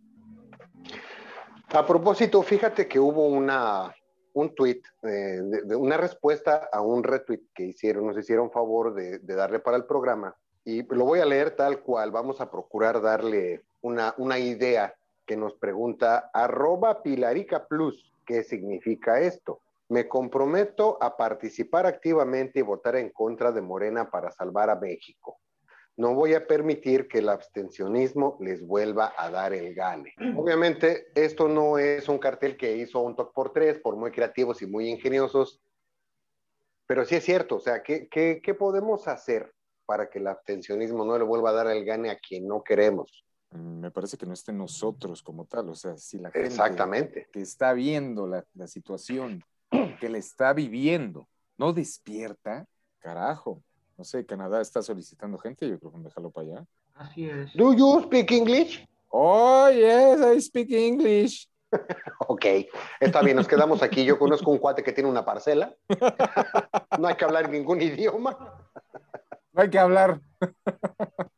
[SPEAKER 4] A propósito, fíjate que hubo una, un tweet, eh, de, de una respuesta a un retweet que hicieron, nos hicieron favor de, de darle para el programa. Y lo voy a leer tal cual. Vamos a procurar darle una, una idea que nos pregunta arroba Pilarica Plus, ¿qué significa esto? Me comprometo a participar activamente y votar en contra de Morena para salvar a México. No voy a permitir que el abstencionismo les vuelva a dar el gane. Obviamente, esto no es un cartel que hizo un top por tres, por muy creativos y muy ingeniosos, pero sí es cierto, o sea, ¿qué, qué, qué podemos hacer para que el abstencionismo no le vuelva a dar el gane a quien no queremos?
[SPEAKER 3] Mm, Me parece que no esté en nosotros como tal, o sea, si la gente...
[SPEAKER 4] Exactamente.
[SPEAKER 3] que está viendo la, la situación, que le está viviendo, no despierta, carajo. No sé, Canadá está solicitando gente, yo creo que déjalo para allá.
[SPEAKER 2] Así es.
[SPEAKER 4] ¿Do you speak English?
[SPEAKER 3] Oh, yes, I speak English.
[SPEAKER 4] Ok, está bien, nos quedamos aquí. Yo conozco un cuate que tiene una parcela. No hay que hablar ningún idioma.
[SPEAKER 3] No hay que hablar.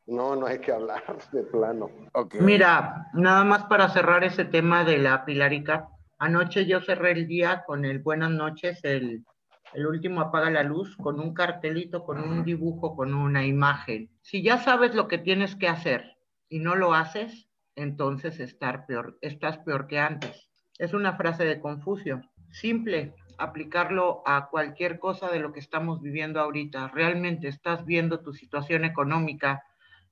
[SPEAKER 4] No, no hay que hablar de plano.
[SPEAKER 3] Ok.
[SPEAKER 2] Mira, nada más para cerrar ese tema de la pilarica. Anoche yo cerré el día con el Buenas noches, el, el último apaga la luz, con un cartelito, con un dibujo, con una imagen. Si ya sabes lo que tienes que hacer y no lo haces, entonces estar peor, estás peor que antes. Es una frase de Confucio. Simple, aplicarlo a cualquier cosa de lo que estamos viviendo ahorita. Realmente estás viendo tu situación económica,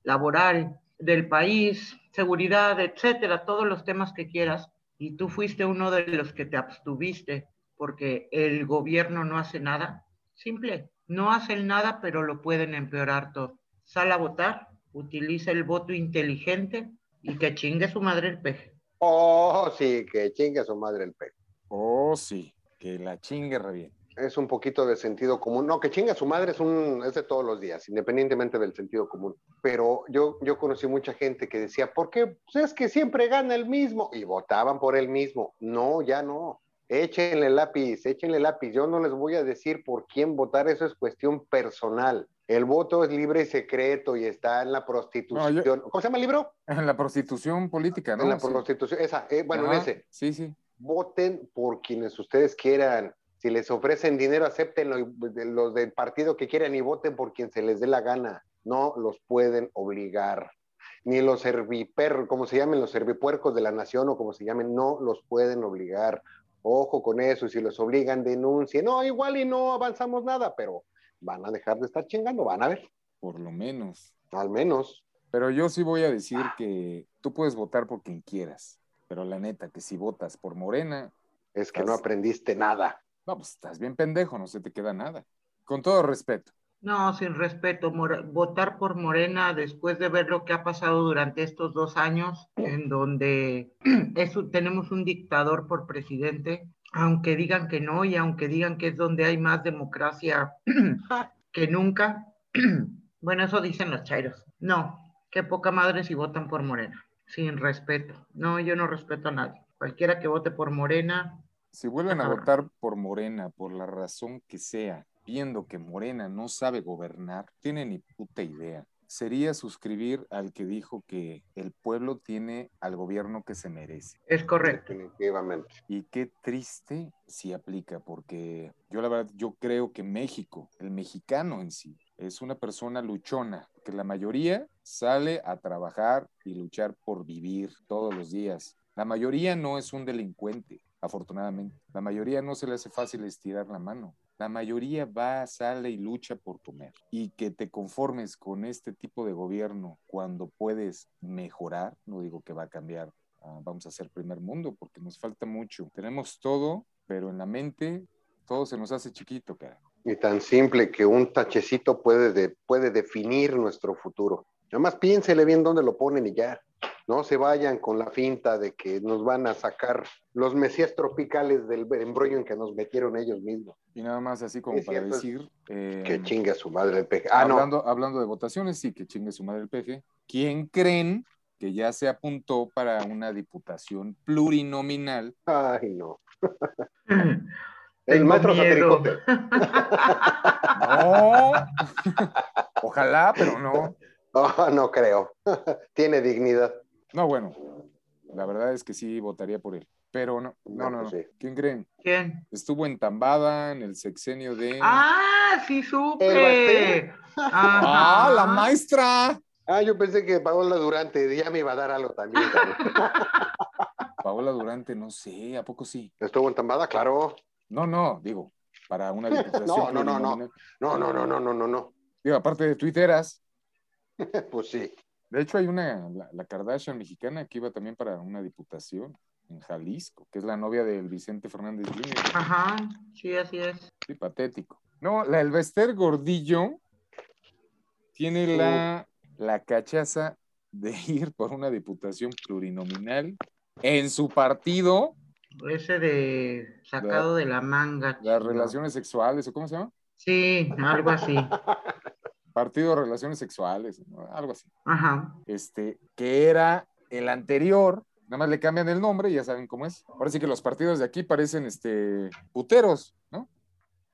[SPEAKER 2] laboral del país, seguridad, etcétera, todos los temas que quieras. Y tú fuiste uno de los que te abstuviste porque el gobierno no hace nada. Simple, no hacen nada, pero lo pueden empeorar todo. Sal a votar, utiliza el voto inteligente y que chingue su madre el peje.
[SPEAKER 4] Oh, sí, que chinga su madre el peje.
[SPEAKER 3] Oh, sí, que la chingue re bien.
[SPEAKER 4] Es un poquito de sentido común. No, que chinga su madre es, un, es de todos los días, independientemente del sentido común. Pero yo, yo conocí mucha gente que decía, ¿por qué? Pues es que siempre gana el mismo. Y votaban por el mismo. No, ya no. Échenle lápiz, échenle lápiz. Yo no les voy a decir por quién votar, eso es cuestión personal. El voto es libre y secreto y está en la prostitución.
[SPEAKER 3] No,
[SPEAKER 4] ¿Cómo se llama el libro?
[SPEAKER 3] En la prostitución política, ¿no?
[SPEAKER 4] En la
[SPEAKER 3] Sí.
[SPEAKER 4] prostitución. Esa, eh, bueno,
[SPEAKER 3] Ajá,
[SPEAKER 4] en ese
[SPEAKER 3] Sí, sí.
[SPEAKER 4] voten por quienes ustedes quieran. Si les ofrecen dinero, acéptenlo. y de- Los del partido que quieran y voten por quien se les dé la gana. No los pueden obligar. Ni los serviperros, como se llamen los servipuercos de la nación o como se llamen, no los pueden obligar. Ojo con eso, y si los obligan, denuncien. No, igual y no avanzamos nada, pero van a dejar de estar chingando, van a ver,
[SPEAKER 3] Por lo menos.
[SPEAKER 4] al menos.
[SPEAKER 3] Pero yo sí voy a decir que tú puedes votar por quien quieras. Pero la neta, que si votas por Morena,
[SPEAKER 4] Es que no
[SPEAKER 3] Así.
[SPEAKER 4] aprendiste nada.
[SPEAKER 3] no, pues estás bien pendejo, no se te queda nada. Con todo respeto.
[SPEAKER 2] No, sin respeto, More- votar por Morena después de ver lo que ha pasado durante estos dos años, en donde es un- tenemos un dictador por presidente, aunque digan que no y aunque digan que es donde hay más democracia que nunca. bueno, eso dicen los chairos. No, qué poca madre si votan por Morena, sin respeto. No, yo no respeto a nadie. Cualquiera que vote por Morena,
[SPEAKER 3] Si vuelven a
[SPEAKER 2] Ajá.
[SPEAKER 3] votar por Morena, por la razón que sea, viendo que Morena no sabe gobernar, tiene ni puta idea. Sería suscribir al que dijo que el pueblo tiene al gobierno que se merece.
[SPEAKER 2] es correcto.
[SPEAKER 4] Definitivamente.
[SPEAKER 3] Y qué triste si aplica, porque yo la verdad, yo creo que México, el mexicano en sí, es una persona luchona, que la mayoría sale a trabajar y luchar por vivir todos los días. La mayoría no es un delincuente, afortunadamente. La mayoría no se le hace fácil estirar la mano. La mayoría va, sale y lucha por comer. Y que te conformes con este tipo de gobierno cuando puedes mejorar, no digo que va a cambiar, ah, vamos a ser primer mundo, porque nos falta mucho. Tenemos todo, pero en la mente todo se nos hace chiquito, carajo.
[SPEAKER 4] Y tan simple que un tachecito puede, de- puede definir nuestro futuro. Nada más piénsele bien dónde lo ponen y ya. No se vayan con la finta de que nos van a sacar los mesías tropicales del embrollo en que nos metieron ellos mismos.
[SPEAKER 3] Y nada más así como
[SPEAKER 4] Es
[SPEAKER 3] para
[SPEAKER 4] cierto, es-
[SPEAKER 3] decir... eh,
[SPEAKER 4] Que chinga su madre el peje. Ah, no.
[SPEAKER 3] hablando, hablando de votaciones, sí, que chingue su madre el peje. ¿Quién creen que ya se apuntó para una diputación plurinominal?
[SPEAKER 4] Ay, no. El
[SPEAKER 2] Tengo
[SPEAKER 4] maestro
[SPEAKER 2] miedo.
[SPEAKER 4] satiricote.
[SPEAKER 3] No. Ojalá, pero no.
[SPEAKER 4] Ah, no creo. Tiene dignidad.
[SPEAKER 3] No, bueno, la verdad es que sí votaría por él. Pero no, no, no. no.
[SPEAKER 4] pues Sí.
[SPEAKER 3] ¿Quién creen?
[SPEAKER 2] ¿Quién?
[SPEAKER 3] Estuvo entambada en el sexenio de.
[SPEAKER 2] ¡Ah, sí
[SPEAKER 4] ¿El
[SPEAKER 2] supe!
[SPEAKER 4] Basté?
[SPEAKER 2] Ajá.
[SPEAKER 3] ¡Ah, la maestra!
[SPEAKER 4] Ah, yo pensé que Paola Durante ya me iba a dar algo también. cabrón.
[SPEAKER 3] Paola Durante, no sé, ¿a poco sí?
[SPEAKER 4] ¿Estuvo entambada? Claro.
[SPEAKER 3] No, no, digo, para una diputación.
[SPEAKER 4] No, no, no, no.
[SPEAKER 3] plurinominal.
[SPEAKER 4] No, no, no, no, no, no, no.
[SPEAKER 3] Digo, aparte de tuiteras.
[SPEAKER 4] Pues sí.
[SPEAKER 3] De hecho, hay una, la, la Kardashian mexicana que iba también para una diputación en Jalisco, que es la novia del Vicente Fernández Jr.
[SPEAKER 2] Ajá, sí, así es.
[SPEAKER 3] Sí, patético. No, la Elvester Gordillo tiene la,
[SPEAKER 4] Oh.
[SPEAKER 3] la cachaza de ir por una diputación plurinominal en su partido,
[SPEAKER 2] Ese de sacado de la manga.
[SPEAKER 3] las
[SPEAKER 2] chino.
[SPEAKER 3] relaciones sexuales, ¿o cómo se llama?
[SPEAKER 2] Sí, algo así.
[SPEAKER 3] Partido de Relaciones Sexuales, ¿no? algo así.
[SPEAKER 2] Ajá.
[SPEAKER 3] este, que era el anterior. Nada más le cambian el nombre y ya saben cómo es. Ahora sí que los partidos de aquí parecen este, puteros, ¿no?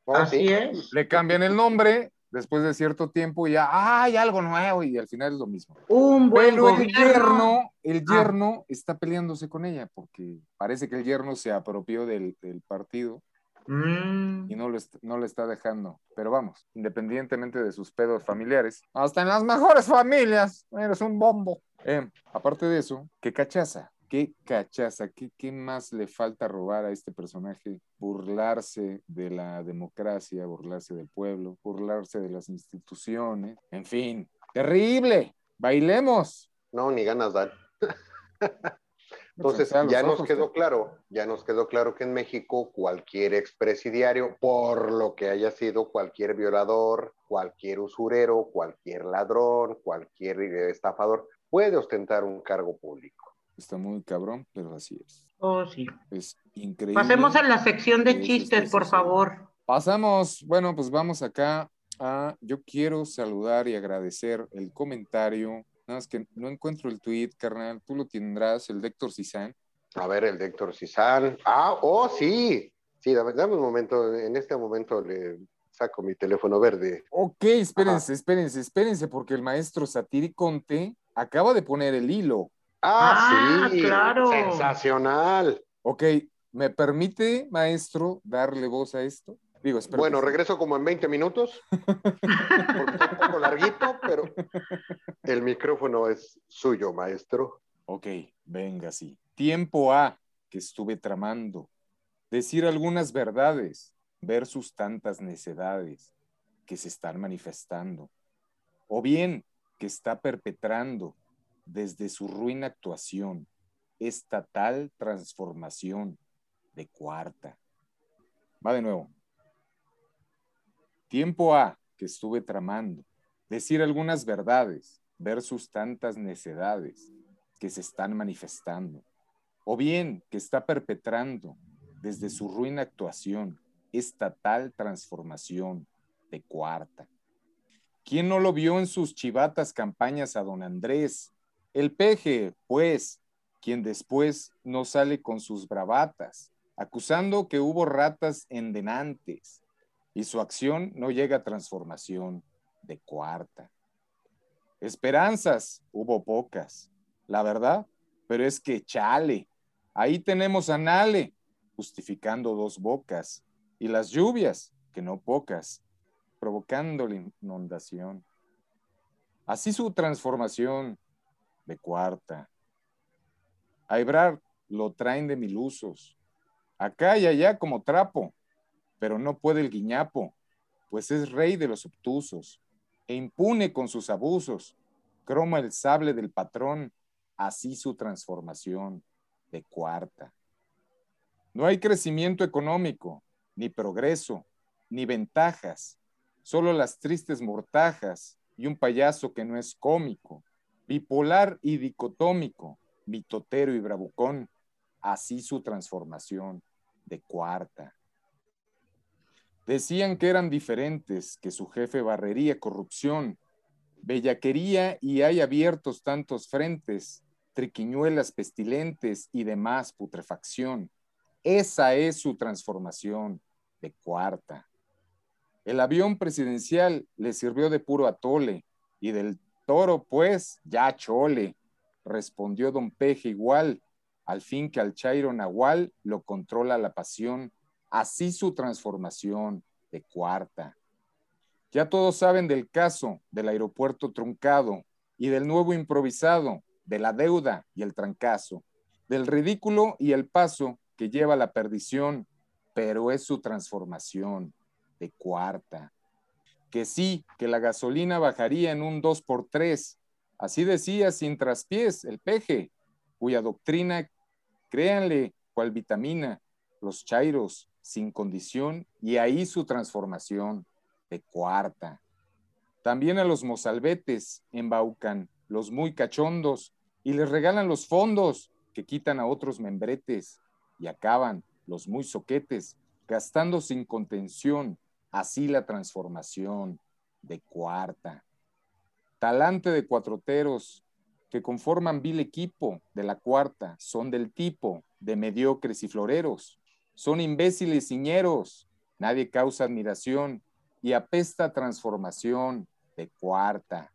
[SPEAKER 4] Oh,
[SPEAKER 2] Así
[SPEAKER 4] sí.
[SPEAKER 2] es.
[SPEAKER 3] Le cambian el nombre después de cierto tiempo y ya, ¡ay, algo nuevo! Y al final es lo mismo.
[SPEAKER 2] Un buen
[SPEAKER 3] Pero el
[SPEAKER 2] gobierno.
[SPEAKER 3] yerno, el
[SPEAKER 2] Ah.
[SPEAKER 3] yerno está peleándose con ella porque parece que el yerno se apropió del, del partido
[SPEAKER 2] Mm,
[SPEAKER 3] y no lo, est- no lo está dejando. Pero vamos, independientemente de sus pedos familiares, hasta en las mejores familias, eres un bombo. Eh, aparte de eso, qué cachaza, qué cachaza, ¿Qué, qué más le falta robar a este personaje, burlarse de la democracia, burlarse del pueblo, burlarse de las instituciones, en fin, terrible, bailemos.
[SPEAKER 4] No, ni ganas dan. Entonces,
[SPEAKER 3] Pues, a los
[SPEAKER 4] ya nos
[SPEAKER 3] ojos,
[SPEAKER 4] quedó
[SPEAKER 3] te-
[SPEAKER 4] claro, ya nos quedó claro que en México cualquier expresidiario, por lo que haya sido, cualquier violador, cualquier usurero, cualquier ladrón, cualquier eh, estafador, puede ostentar un cargo público.
[SPEAKER 3] Está muy cabrón, pero así es.
[SPEAKER 2] oh, sí.
[SPEAKER 3] Es increíble.
[SPEAKER 2] Pasemos a la sección de
[SPEAKER 3] Sí, sí,
[SPEAKER 2] chistes,
[SPEAKER 3] sí,
[SPEAKER 2] por
[SPEAKER 3] sí.
[SPEAKER 2] favor.
[SPEAKER 3] Pasamos, bueno, pues vamos acá a, yo quiero saludar y agradecer el comentario, nada más que no encuentro el tweet, carnal, tú lo tendrás, el de Héctor Cizán.
[SPEAKER 4] A ver, el de Héctor Cizán. Ah, oh, sí. Sí, dame, dame un momento, en este momento le saco mi teléfono verde.
[SPEAKER 3] Ok, espérense, espérense, espérense, porque el maestro Satiriconte acaba de poner el hilo.
[SPEAKER 4] Ah,
[SPEAKER 2] Ah,
[SPEAKER 4] sí.
[SPEAKER 2] claro.
[SPEAKER 4] Sensacional.
[SPEAKER 3] Ok, ¿me permite, maestro, darle voz a esto? Digo, espero
[SPEAKER 4] Bueno,
[SPEAKER 3] que sí.
[SPEAKER 4] regreso como en 20 minutos, porque está un poco larguito, pero el micrófono es suyo, maestro.
[SPEAKER 3] Ok, venga, sí. Tiempo A, que estuve tramando. Decir algunas verdades versus tantas necedades que se están manifestando. O bien, que está perpetrando desde su ruina actuación esta tal transformación de cuarta. Va de nuevo. Tiempo A, que estuve tramando. Decir algunas verdades versus tantas necedades que se están manifestando, o bien que está perpetrando desde su ruina actuación esta tal transformación de cuarta. ¿Quién no lo vio en sus chivatas campañas a don Andrés? El peje, pues, quien después no sale con sus bravatas, acusando que hubo ratas endenantes, y su acción no llega a transformación de cuarta. Esperanzas hubo pocas, la verdad, pero es que chale, ahí tenemos a Nale, justificando dos bocas, y las lluvias, que no pocas, provocando la inundación. Así su transformación de cuarta. A Ebrard lo traen de milusos, acá y allá como trapo, pero no puede el guiñapo, pues es rey de los obtusos, e impune con sus abusos, croma el sable del patrón, así su transformación de cuarta. No hay crecimiento económico, ni progreso, ni ventajas, solo las tristes mortajas y un payaso que no es cómico, bipolar y dicotómico, mitotero y bravucón, así su transformación de cuarta. Decían que eran diferentes, que su jefe barrería corrupción, bellaquería y hay abiertos tantos frentes, triquiñuelas pestilentes y demás putrefacción. Esa es su transformación de cuarta. El avión presidencial le sirvió de puro atole y del toro, pues, ya chole, respondió don Peje igual, al fin que al Chairo Nahual lo controla la pasión, así su transformación de cuarta. Ya todos saben del caso del aeropuerto truncado y del nuevo improvisado, de la deuda y el trancazo, del ridículo y el paso que lleva a la perdición, pero es su transformación de cuarta. Que sí, que la gasolina bajaría en un 2 por 3 así decía sin traspiés el peje, cuya doctrina, créanle, cual vitamina, los chairos, sin condición, y ahí su transformación de cuarta. También a los mozalbetes embaucan, los muy cachondos, y les regalan los fondos que quitan a otros membretes, y acaban los muy soquetes, gastando sin contención, así la transformación de cuarta. Talante de cuatroteros que conforman vil equipo de la cuarta, son del tipo de mediocres y floreros, son imbéciles y ñeros, nadie causa admiración y apesta transformación de cuarta.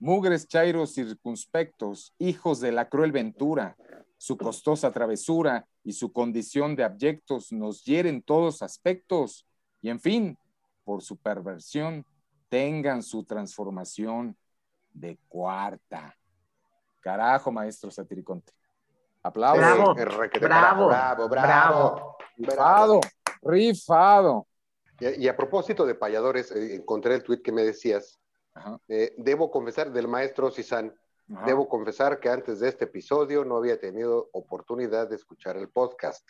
[SPEAKER 3] Mugres chairos circunspectos, hijos de la cruel ventura, su costosa travesura y su condición de abyectos nos hieren todos aspectos, y en fin, por su perversión, tengan su transformación de cuarta. Carajo, maestro satiriconte.
[SPEAKER 4] Eh,
[SPEAKER 3] Aplausos.
[SPEAKER 2] Ah, Bravo, bravo, bravo, bravo,
[SPEAKER 3] Rifado, rifado.
[SPEAKER 4] Y, y a propósito de payadores, eh, encontré el tweet que me decías.
[SPEAKER 3] Ajá.
[SPEAKER 4] Eh, debo confesar, del maestro Cisán,
[SPEAKER 3] Ajá.
[SPEAKER 4] debo confesar que antes de este episodio no había tenido oportunidad de escuchar el podcast.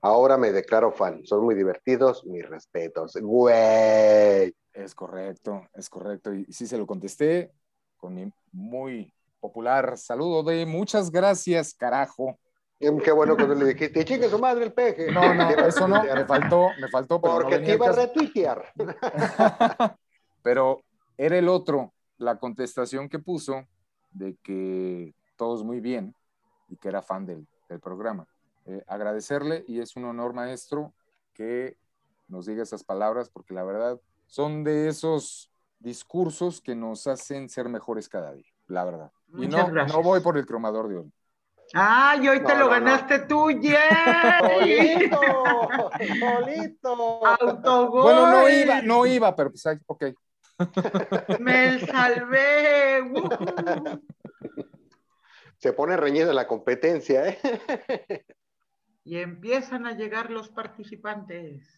[SPEAKER 4] Ahora me declaro fan. Son muy divertidos, mis respetos. Güey.
[SPEAKER 3] Es correcto, es correcto. Y sí se lo contesté con mi muy popular saludo de muchas gracias, carajo.
[SPEAKER 4] Em, Qué bueno cuando le dijiste, chingue su madre el peje.
[SPEAKER 3] No, no,
[SPEAKER 4] Te iba a
[SPEAKER 3] eso no, me
[SPEAKER 4] retuitear.
[SPEAKER 3] faltó, me faltó, pero no
[SPEAKER 4] Porque
[SPEAKER 3] venía
[SPEAKER 4] te
[SPEAKER 3] al
[SPEAKER 4] iba a
[SPEAKER 3] caso.
[SPEAKER 4] retuitear.
[SPEAKER 3] pero era el otro, la contestación que puso de que todos muy bien y que era fan del, del programa. Eh, agradecerle y es un honor, maestro, que nos diga esas palabras porque la verdad son de esos discursos que nos hacen ser mejores cada día, la verdad. Y
[SPEAKER 2] Muchas
[SPEAKER 3] no,
[SPEAKER 2] gracias.
[SPEAKER 3] no voy por el cromador de oro.
[SPEAKER 2] Ay, hoy te
[SPEAKER 4] No,
[SPEAKER 2] lo
[SPEAKER 4] no, no.
[SPEAKER 2] ganaste tú, Jerry.
[SPEAKER 4] ¡Solito! ¡Solito!
[SPEAKER 2] Ah, Autogol.
[SPEAKER 3] Bueno, no iba, no iba, pero pues, ay, ok.
[SPEAKER 2] Me salvé. Ujú.
[SPEAKER 4] Se pone reñida la competencia, ¿eh?
[SPEAKER 2] Y empiezan a llegar los participantes.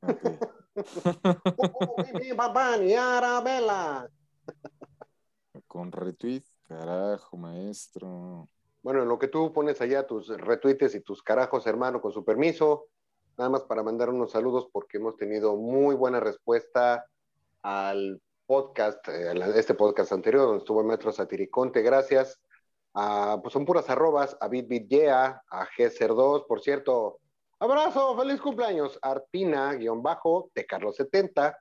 [SPEAKER 4] y Arabella.
[SPEAKER 3] Con retweet, carajo, maestro.
[SPEAKER 4] Bueno, en lo que tú pones allá tus retuites y tus carajos, hermano, con su permiso, nada más para mandar unos saludos porque hemos tenido muy buena respuesta al podcast, eh, a la- este podcast anterior, donde estuvo el maestro Satiriconte, gracias. A, pues son puras arrobas, a BitBitYea, a GSER2, por cierto. Abrazo, feliz cumpleaños, Arpina, guión bajo, de Carlos 70,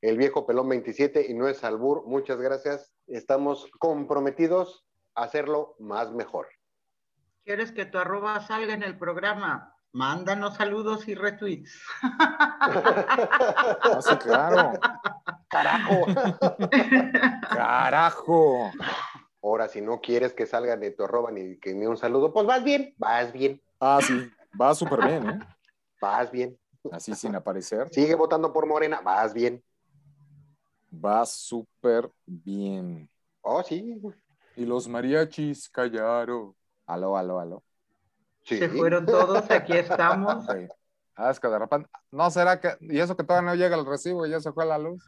[SPEAKER 4] el viejo pelón 27 y no es albur, muchas gracias. Estamos comprometidos a hacerlo más mejor.
[SPEAKER 2] ¿Quieres que tu arroba salga en el programa? Mándanos saludos y retweets.
[SPEAKER 3] Ah, sí, claro.
[SPEAKER 4] Carajo.
[SPEAKER 3] Carajo.
[SPEAKER 4] Ahora, si no quieres que salgan de tu arroba ni que ni un saludo, pues vas bien, vas bien,
[SPEAKER 3] Ah, sí, va súper bien, ¿eh?
[SPEAKER 4] vas bien.
[SPEAKER 3] Así sin aparecer.
[SPEAKER 4] Sigue votando por Morena, vas bien.
[SPEAKER 3] Va súper bien.
[SPEAKER 4] Oh, sí.
[SPEAKER 3] Y los mariachis callaron. Aló, aló, aló.
[SPEAKER 4] sí.
[SPEAKER 2] Se fueron todos, aquí estamos.
[SPEAKER 3] Sí. Asco, de repente. No será que. Y eso que todavía no llega el recibo y ya se fue la luz.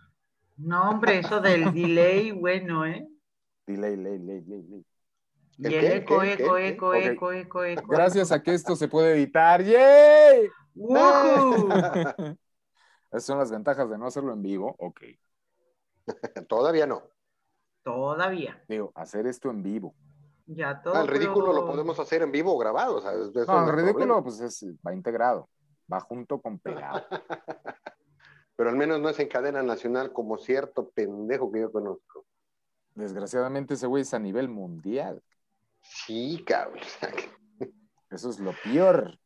[SPEAKER 2] No, hombre, eso del delay, bueno, ¿eh?
[SPEAKER 3] Delay, ley, ley, ley, ley.
[SPEAKER 2] Y
[SPEAKER 4] ¿El
[SPEAKER 2] el
[SPEAKER 4] qué?
[SPEAKER 2] eco,
[SPEAKER 4] ¿Qué?
[SPEAKER 2] eco,
[SPEAKER 4] ¿Qué?
[SPEAKER 2] eco,
[SPEAKER 4] Ok.
[SPEAKER 2] eco, eco, eco.
[SPEAKER 3] Gracias a que esto se puede editar. ¡Yay!
[SPEAKER 2] ¡Woohoo!
[SPEAKER 3] Esas son las ventajas de no hacerlo en vivo. Ok.
[SPEAKER 4] Todavía no.
[SPEAKER 2] Todavía.
[SPEAKER 3] Digo, hacer esto en vivo.
[SPEAKER 2] Ya todo.
[SPEAKER 4] Ah, el ridículo lo
[SPEAKER 2] pero-
[SPEAKER 4] podemos hacer en vivo o grabado. o sea, es- eso
[SPEAKER 3] No,
[SPEAKER 4] no
[SPEAKER 3] el
[SPEAKER 4] hay
[SPEAKER 3] ridículo,
[SPEAKER 4] problema.
[SPEAKER 3] pues es, va integrado. Va junto con pegado.
[SPEAKER 4] Pero al menos no es en cadena nacional como cierto pendejo que yo conozco.
[SPEAKER 3] Desgraciadamente, ese güey es a nivel mundial.
[SPEAKER 4] Sí, cabrón. o sea, que
[SPEAKER 3] Eso es lo peor.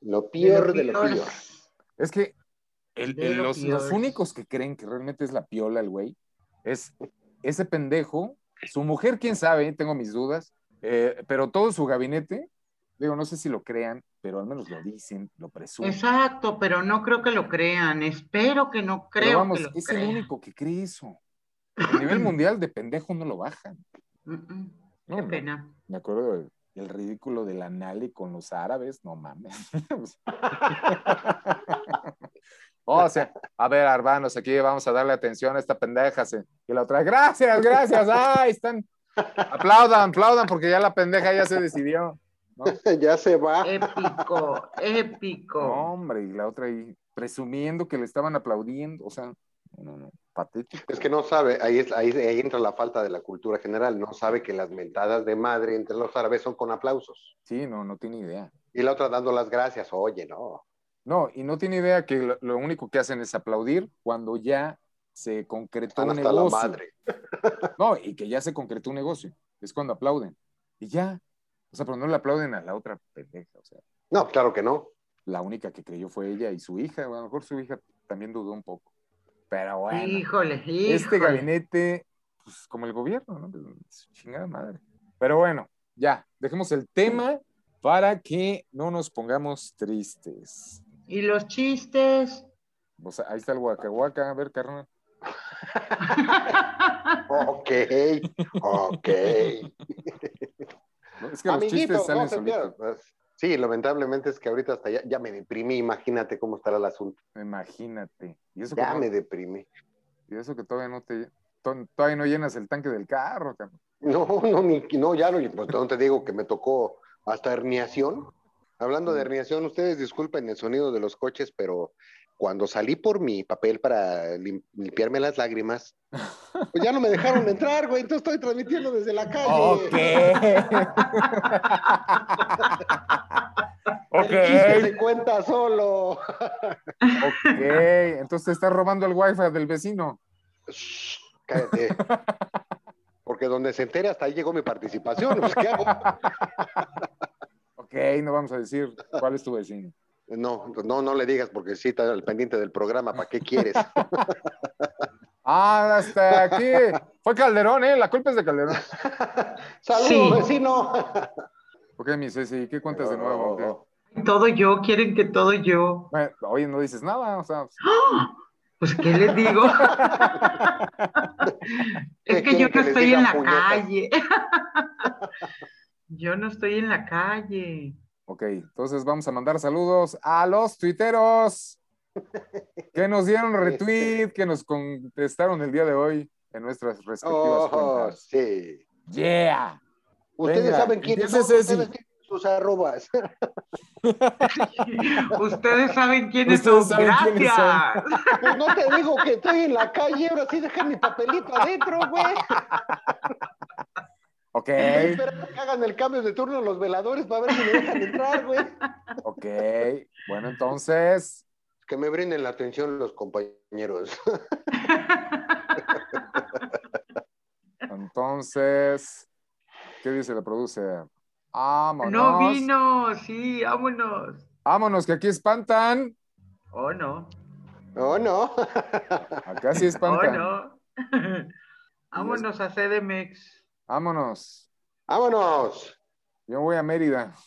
[SPEAKER 4] Lo
[SPEAKER 2] de lo
[SPEAKER 4] peor de lo peor.
[SPEAKER 3] Es que el-
[SPEAKER 2] De
[SPEAKER 3] el-
[SPEAKER 2] lo
[SPEAKER 3] los,
[SPEAKER 2] peor.
[SPEAKER 3] los únicos que creen que realmente es la piola el güey es ese pendejo, su mujer, quién sabe, tengo mis dudas, eh, pero todo su gabinete, digo, no sé si lo crean, pero al menos lo dicen, lo presumen.
[SPEAKER 2] Exacto, pero no creo que lo crean. Espero que no
[SPEAKER 3] Pero
[SPEAKER 2] creo
[SPEAKER 3] vamos,
[SPEAKER 2] que lo
[SPEAKER 3] es el
[SPEAKER 2] crean.
[SPEAKER 3] único que cree eso. A nivel mundial de pendejo no lo bajan.
[SPEAKER 2] Mm, mm,
[SPEAKER 3] No,
[SPEAKER 2] Qué
[SPEAKER 3] no,
[SPEAKER 2] pena.
[SPEAKER 3] Me acuerdo del, del ridículo del Anali con los árabes, no mames. o sea, Oh, a ver, hermanos, aquí vamos a darle atención a esta pendeja. se- Y la otra, gracias, gracias, ahí están. Aplaudan, aplaudan, porque ya la pendeja ya se decidió.
[SPEAKER 4] ya se va.
[SPEAKER 2] Eh. Épico, épico.
[SPEAKER 3] No, hombre, y la otra ahí, presumiendo que le estaban aplaudiendo, o sea, no, no, patético.
[SPEAKER 4] Es que no sabe, ahí, es, ahí, ahí entra la falta de la cultura general, no sabe que las mentadas de madre entre los árabes son con aplausos.
[SPEAKER 3] Sí, no, no tiene idea.
[SPEAKER 4] Y la otra dando las gracias, oye, no.
[SPEAKER 3] No, y no tiene idea que lo, lo único que hacen es aplaudir cuando ya se concretó
[SPEAKER 4] Están
[SPEAKER 3] un
[SPEAKER 4] hasta
[SPEAKER 3] negocio.
[SPEAKER 4] la madre.
[SPEAKER 3] No, y que ya se concretó un negocio. Es cuando aplauden. Y ya. O sea, pero no le aplauden a la otra pendeja. O sea,
[SPEAKER 4] No, claro que no.
[SPEAKER 3] la única que creyó fue ella y su hija. A lo mejor su hija también dudó un poco. Pero bueno.
[SPEAKER 2] híjole, híjole.
[SPEAKER 3] este gabinete, pues como el gobierno, ¿no? Su chingada madre. Pero bueno, ya. Dejemos el tema para que no nos pongamos tristes.
[SPEAKER 2] Y los chistes.
[SPEAKER 3] O sea, ahí está el guacahuaca. A ver, carnal.
[SPEAKER 4] Ok, ok.
[SPEAKER 3] No, Es que los
[SPEAKER 4] Amiguito,
[SPEAKER 3] chistes
[SPEAKER 4] no
[SPEAKER 3] salen
[SPEAKER 4] se
[SPEAKER 3] solitos.
[SPEAKER 4] pierdan. Pues, Sí, lamentablemente es que ahorita hasta ya, ya me deprimí, imagínate cómo estará el asunto.
[SPEAKER 3] Imagínate. Y eso que
[SPEAKER 4] Ya
[SPEAKER 3] no-
[SPEAKER 4] me deprimí.
[SPEAKER 3] Y eso que todavía no te to- todavía no llenas el tanque del carro, cabrón.
[SPEAKER 4] No, no, ni, no, ya no, pues, no te digo que me tocó hasta herniación. Hablando de herniación, ustedes disculpen el sonido de los coches, pero cuando salí por mi papel para lim- limpiarme las lágrimas, pues ya no me dejaron entrar, güey, entonces estoy transmitiendo desde la calle. El chiste se cuenta solo.
[SPEAKER 3] ok. Entonces te estás robando el wifi del vecino.
[SPEAKER 4] Shh, cállate. Porque donde se entere hasta ahí llegó mi participación. Pues, ¿qué hago?
[SPEAKER 3] Ok, no vamos a decir cuál es tu vecino.
[SPEAKER 4] No, no, no le digas porque sí está al pendiente del programa. ¿Para qué quieres?
[SPEAKER 3] Ah, hasta aquí. Fue Calderón, ¿eh? La culpa es de Calderón.
[SPEAKER 4] Saludos,
[SPEAKER 2] Sí.
[SPEAKER 4] vecino.
[SPEAKER 3] Ok, mi Ceci, ¿qué cuentas de nuevo?
[SPEAKER 4] Oh,
[SPEAKER 3] o qué?
[SPEAKER 2] Todo yo, quieren que todo yo.
[SPEAKER 3] Bueno, oye, no dices nada, o sea,
[SPEAKER 2] Pues, ¿qué les digo? es
[SPEAKER 4] ¿Qué
[SPEAKER 2] que
[SPEAKER 4] quieren
[SPEAKER 2] yo no
[SPEAKER 4] que les
[SPEAKER 2] estoy
[SPEAKER 4] diga,
[SPEAKER 2] en la
[SPEAKER 4] puñetas?
[SPEAKER 2] calle. yo no estoy en la calle.
[SPEAKER 3] ok, entonces vamos a mandar saludos a los tuiteros que nos dieron retweet, que nos contestaron el día de hoy en nuestras
[SPEAKER 4] Oh,
[SPEAKER 3] respectivas cuentas.
[SPEAKER 4] sí.
[SPEAKER 3] Yeah.
[SPEAKER 4] Ustedes
[SPEAKER 3] Venga,
[SPEAKER 4] saben quiénes son,
[SPEAKER 3] empieza
[SPEAKER 4] ustedes
[SPEAKER 3] Ceci.
[SPEAKER 4] tienen sus arrobas.
[SPEAKER 2] Ustedes saben quiénes son.
[SPEAKER 3] Ustedes saben quiénes
[SPEAKER 2] Gracias.
[SPEAKER 3] son.
[SPEAKER 4] Pues no te digo que estoy en la calle, ahora sí dejan mi papelito adentro, güey.
[SPEAKER 3] Ok,
[SPEAKER 4] Estoy esperando que hagan el cambio de turno los veladores para ver si me dejan entrar, güey.
[SPEAKER 3] ok. Bueno, entonces,
[SPEAKER 4] Que me brinden la atención los compañeros.
[SPEAKER 3] entonces, ¿qué dice la produce? Vámonos.
[SPEAKER 2] No vino, sí, vámonos.
[SPEAKER 3] Vámonos, que aquí espantan.
[SPEAKER 2] Oh, no.
[SPEAKER 4] Oh, no.
[SPEAKER 3] Acá sí
[SPEAKER 2] Oh,
[SPEAKER 3] espantan.
[SPEAKER 2] no. vámonos a CDMX.
[SPEAKER 3] Vámonos.
[SPEAKER 4] Vámonos.
[SPEAKER 3] Yo voy a Mérida.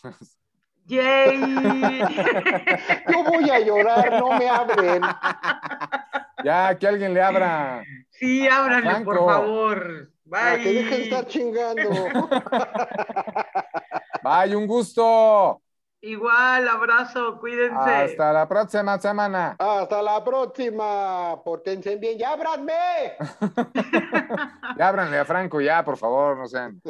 [SPEAKER 2] ¡Yay!
[SPEAKER 4] Yo voy a llorar, no me abren.
[SPEAKER 3] Ya, que alguien le abra.
[SPEAKER 2] Sí, ábranle, por
[SPEAKER 3] Franco.
[SPEAKER 2] favor.
[SPEAKER 4] Para
[SPEAKER 2] Bye.
[SPEAKER 4] que dejen de estar chingando.
[SPEAKER 3] Bye, un gusto.
[SPEAKER 2] Igual, abrazo, cuídense.
[SPEAKER 3] Hasta la próxima semana.
[SPEAKER 4] Hasta la próxima. Portense bien. ¡Ya ábranme!
[SPEAKER 3] Ya ábranle a Franco, ya, por favor, no sean.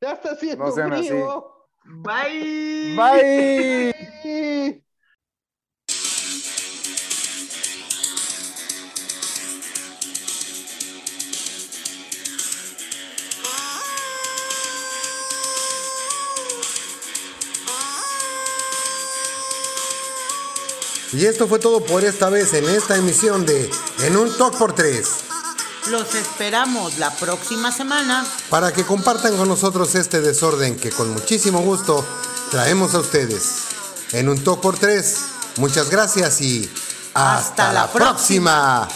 [SPEAKER 4] ¡Ya está haciendo
[SPEAKER 3] No sean así.
[SPEAKER 4] frío!
[SPEAKER 2] Bye.
[SPEAKER 3] Bye.
[SPEAKER 7] Y esto fue todo por esta vez en esta emisión de En un Talk por 3.
[SPEAKER 12] Los esperamos la próxima semana.
[SPEAKER 7] para que compartan con nosotros este desorden que con muchísimo gusto traemos a ustedes. En un top por tres, muchas gracias y hasta,
[SPEAKER 12] Hasta
[SPEAKER 7] la,
[SPEAKER 12] la
[SPEAKER 7] próxima.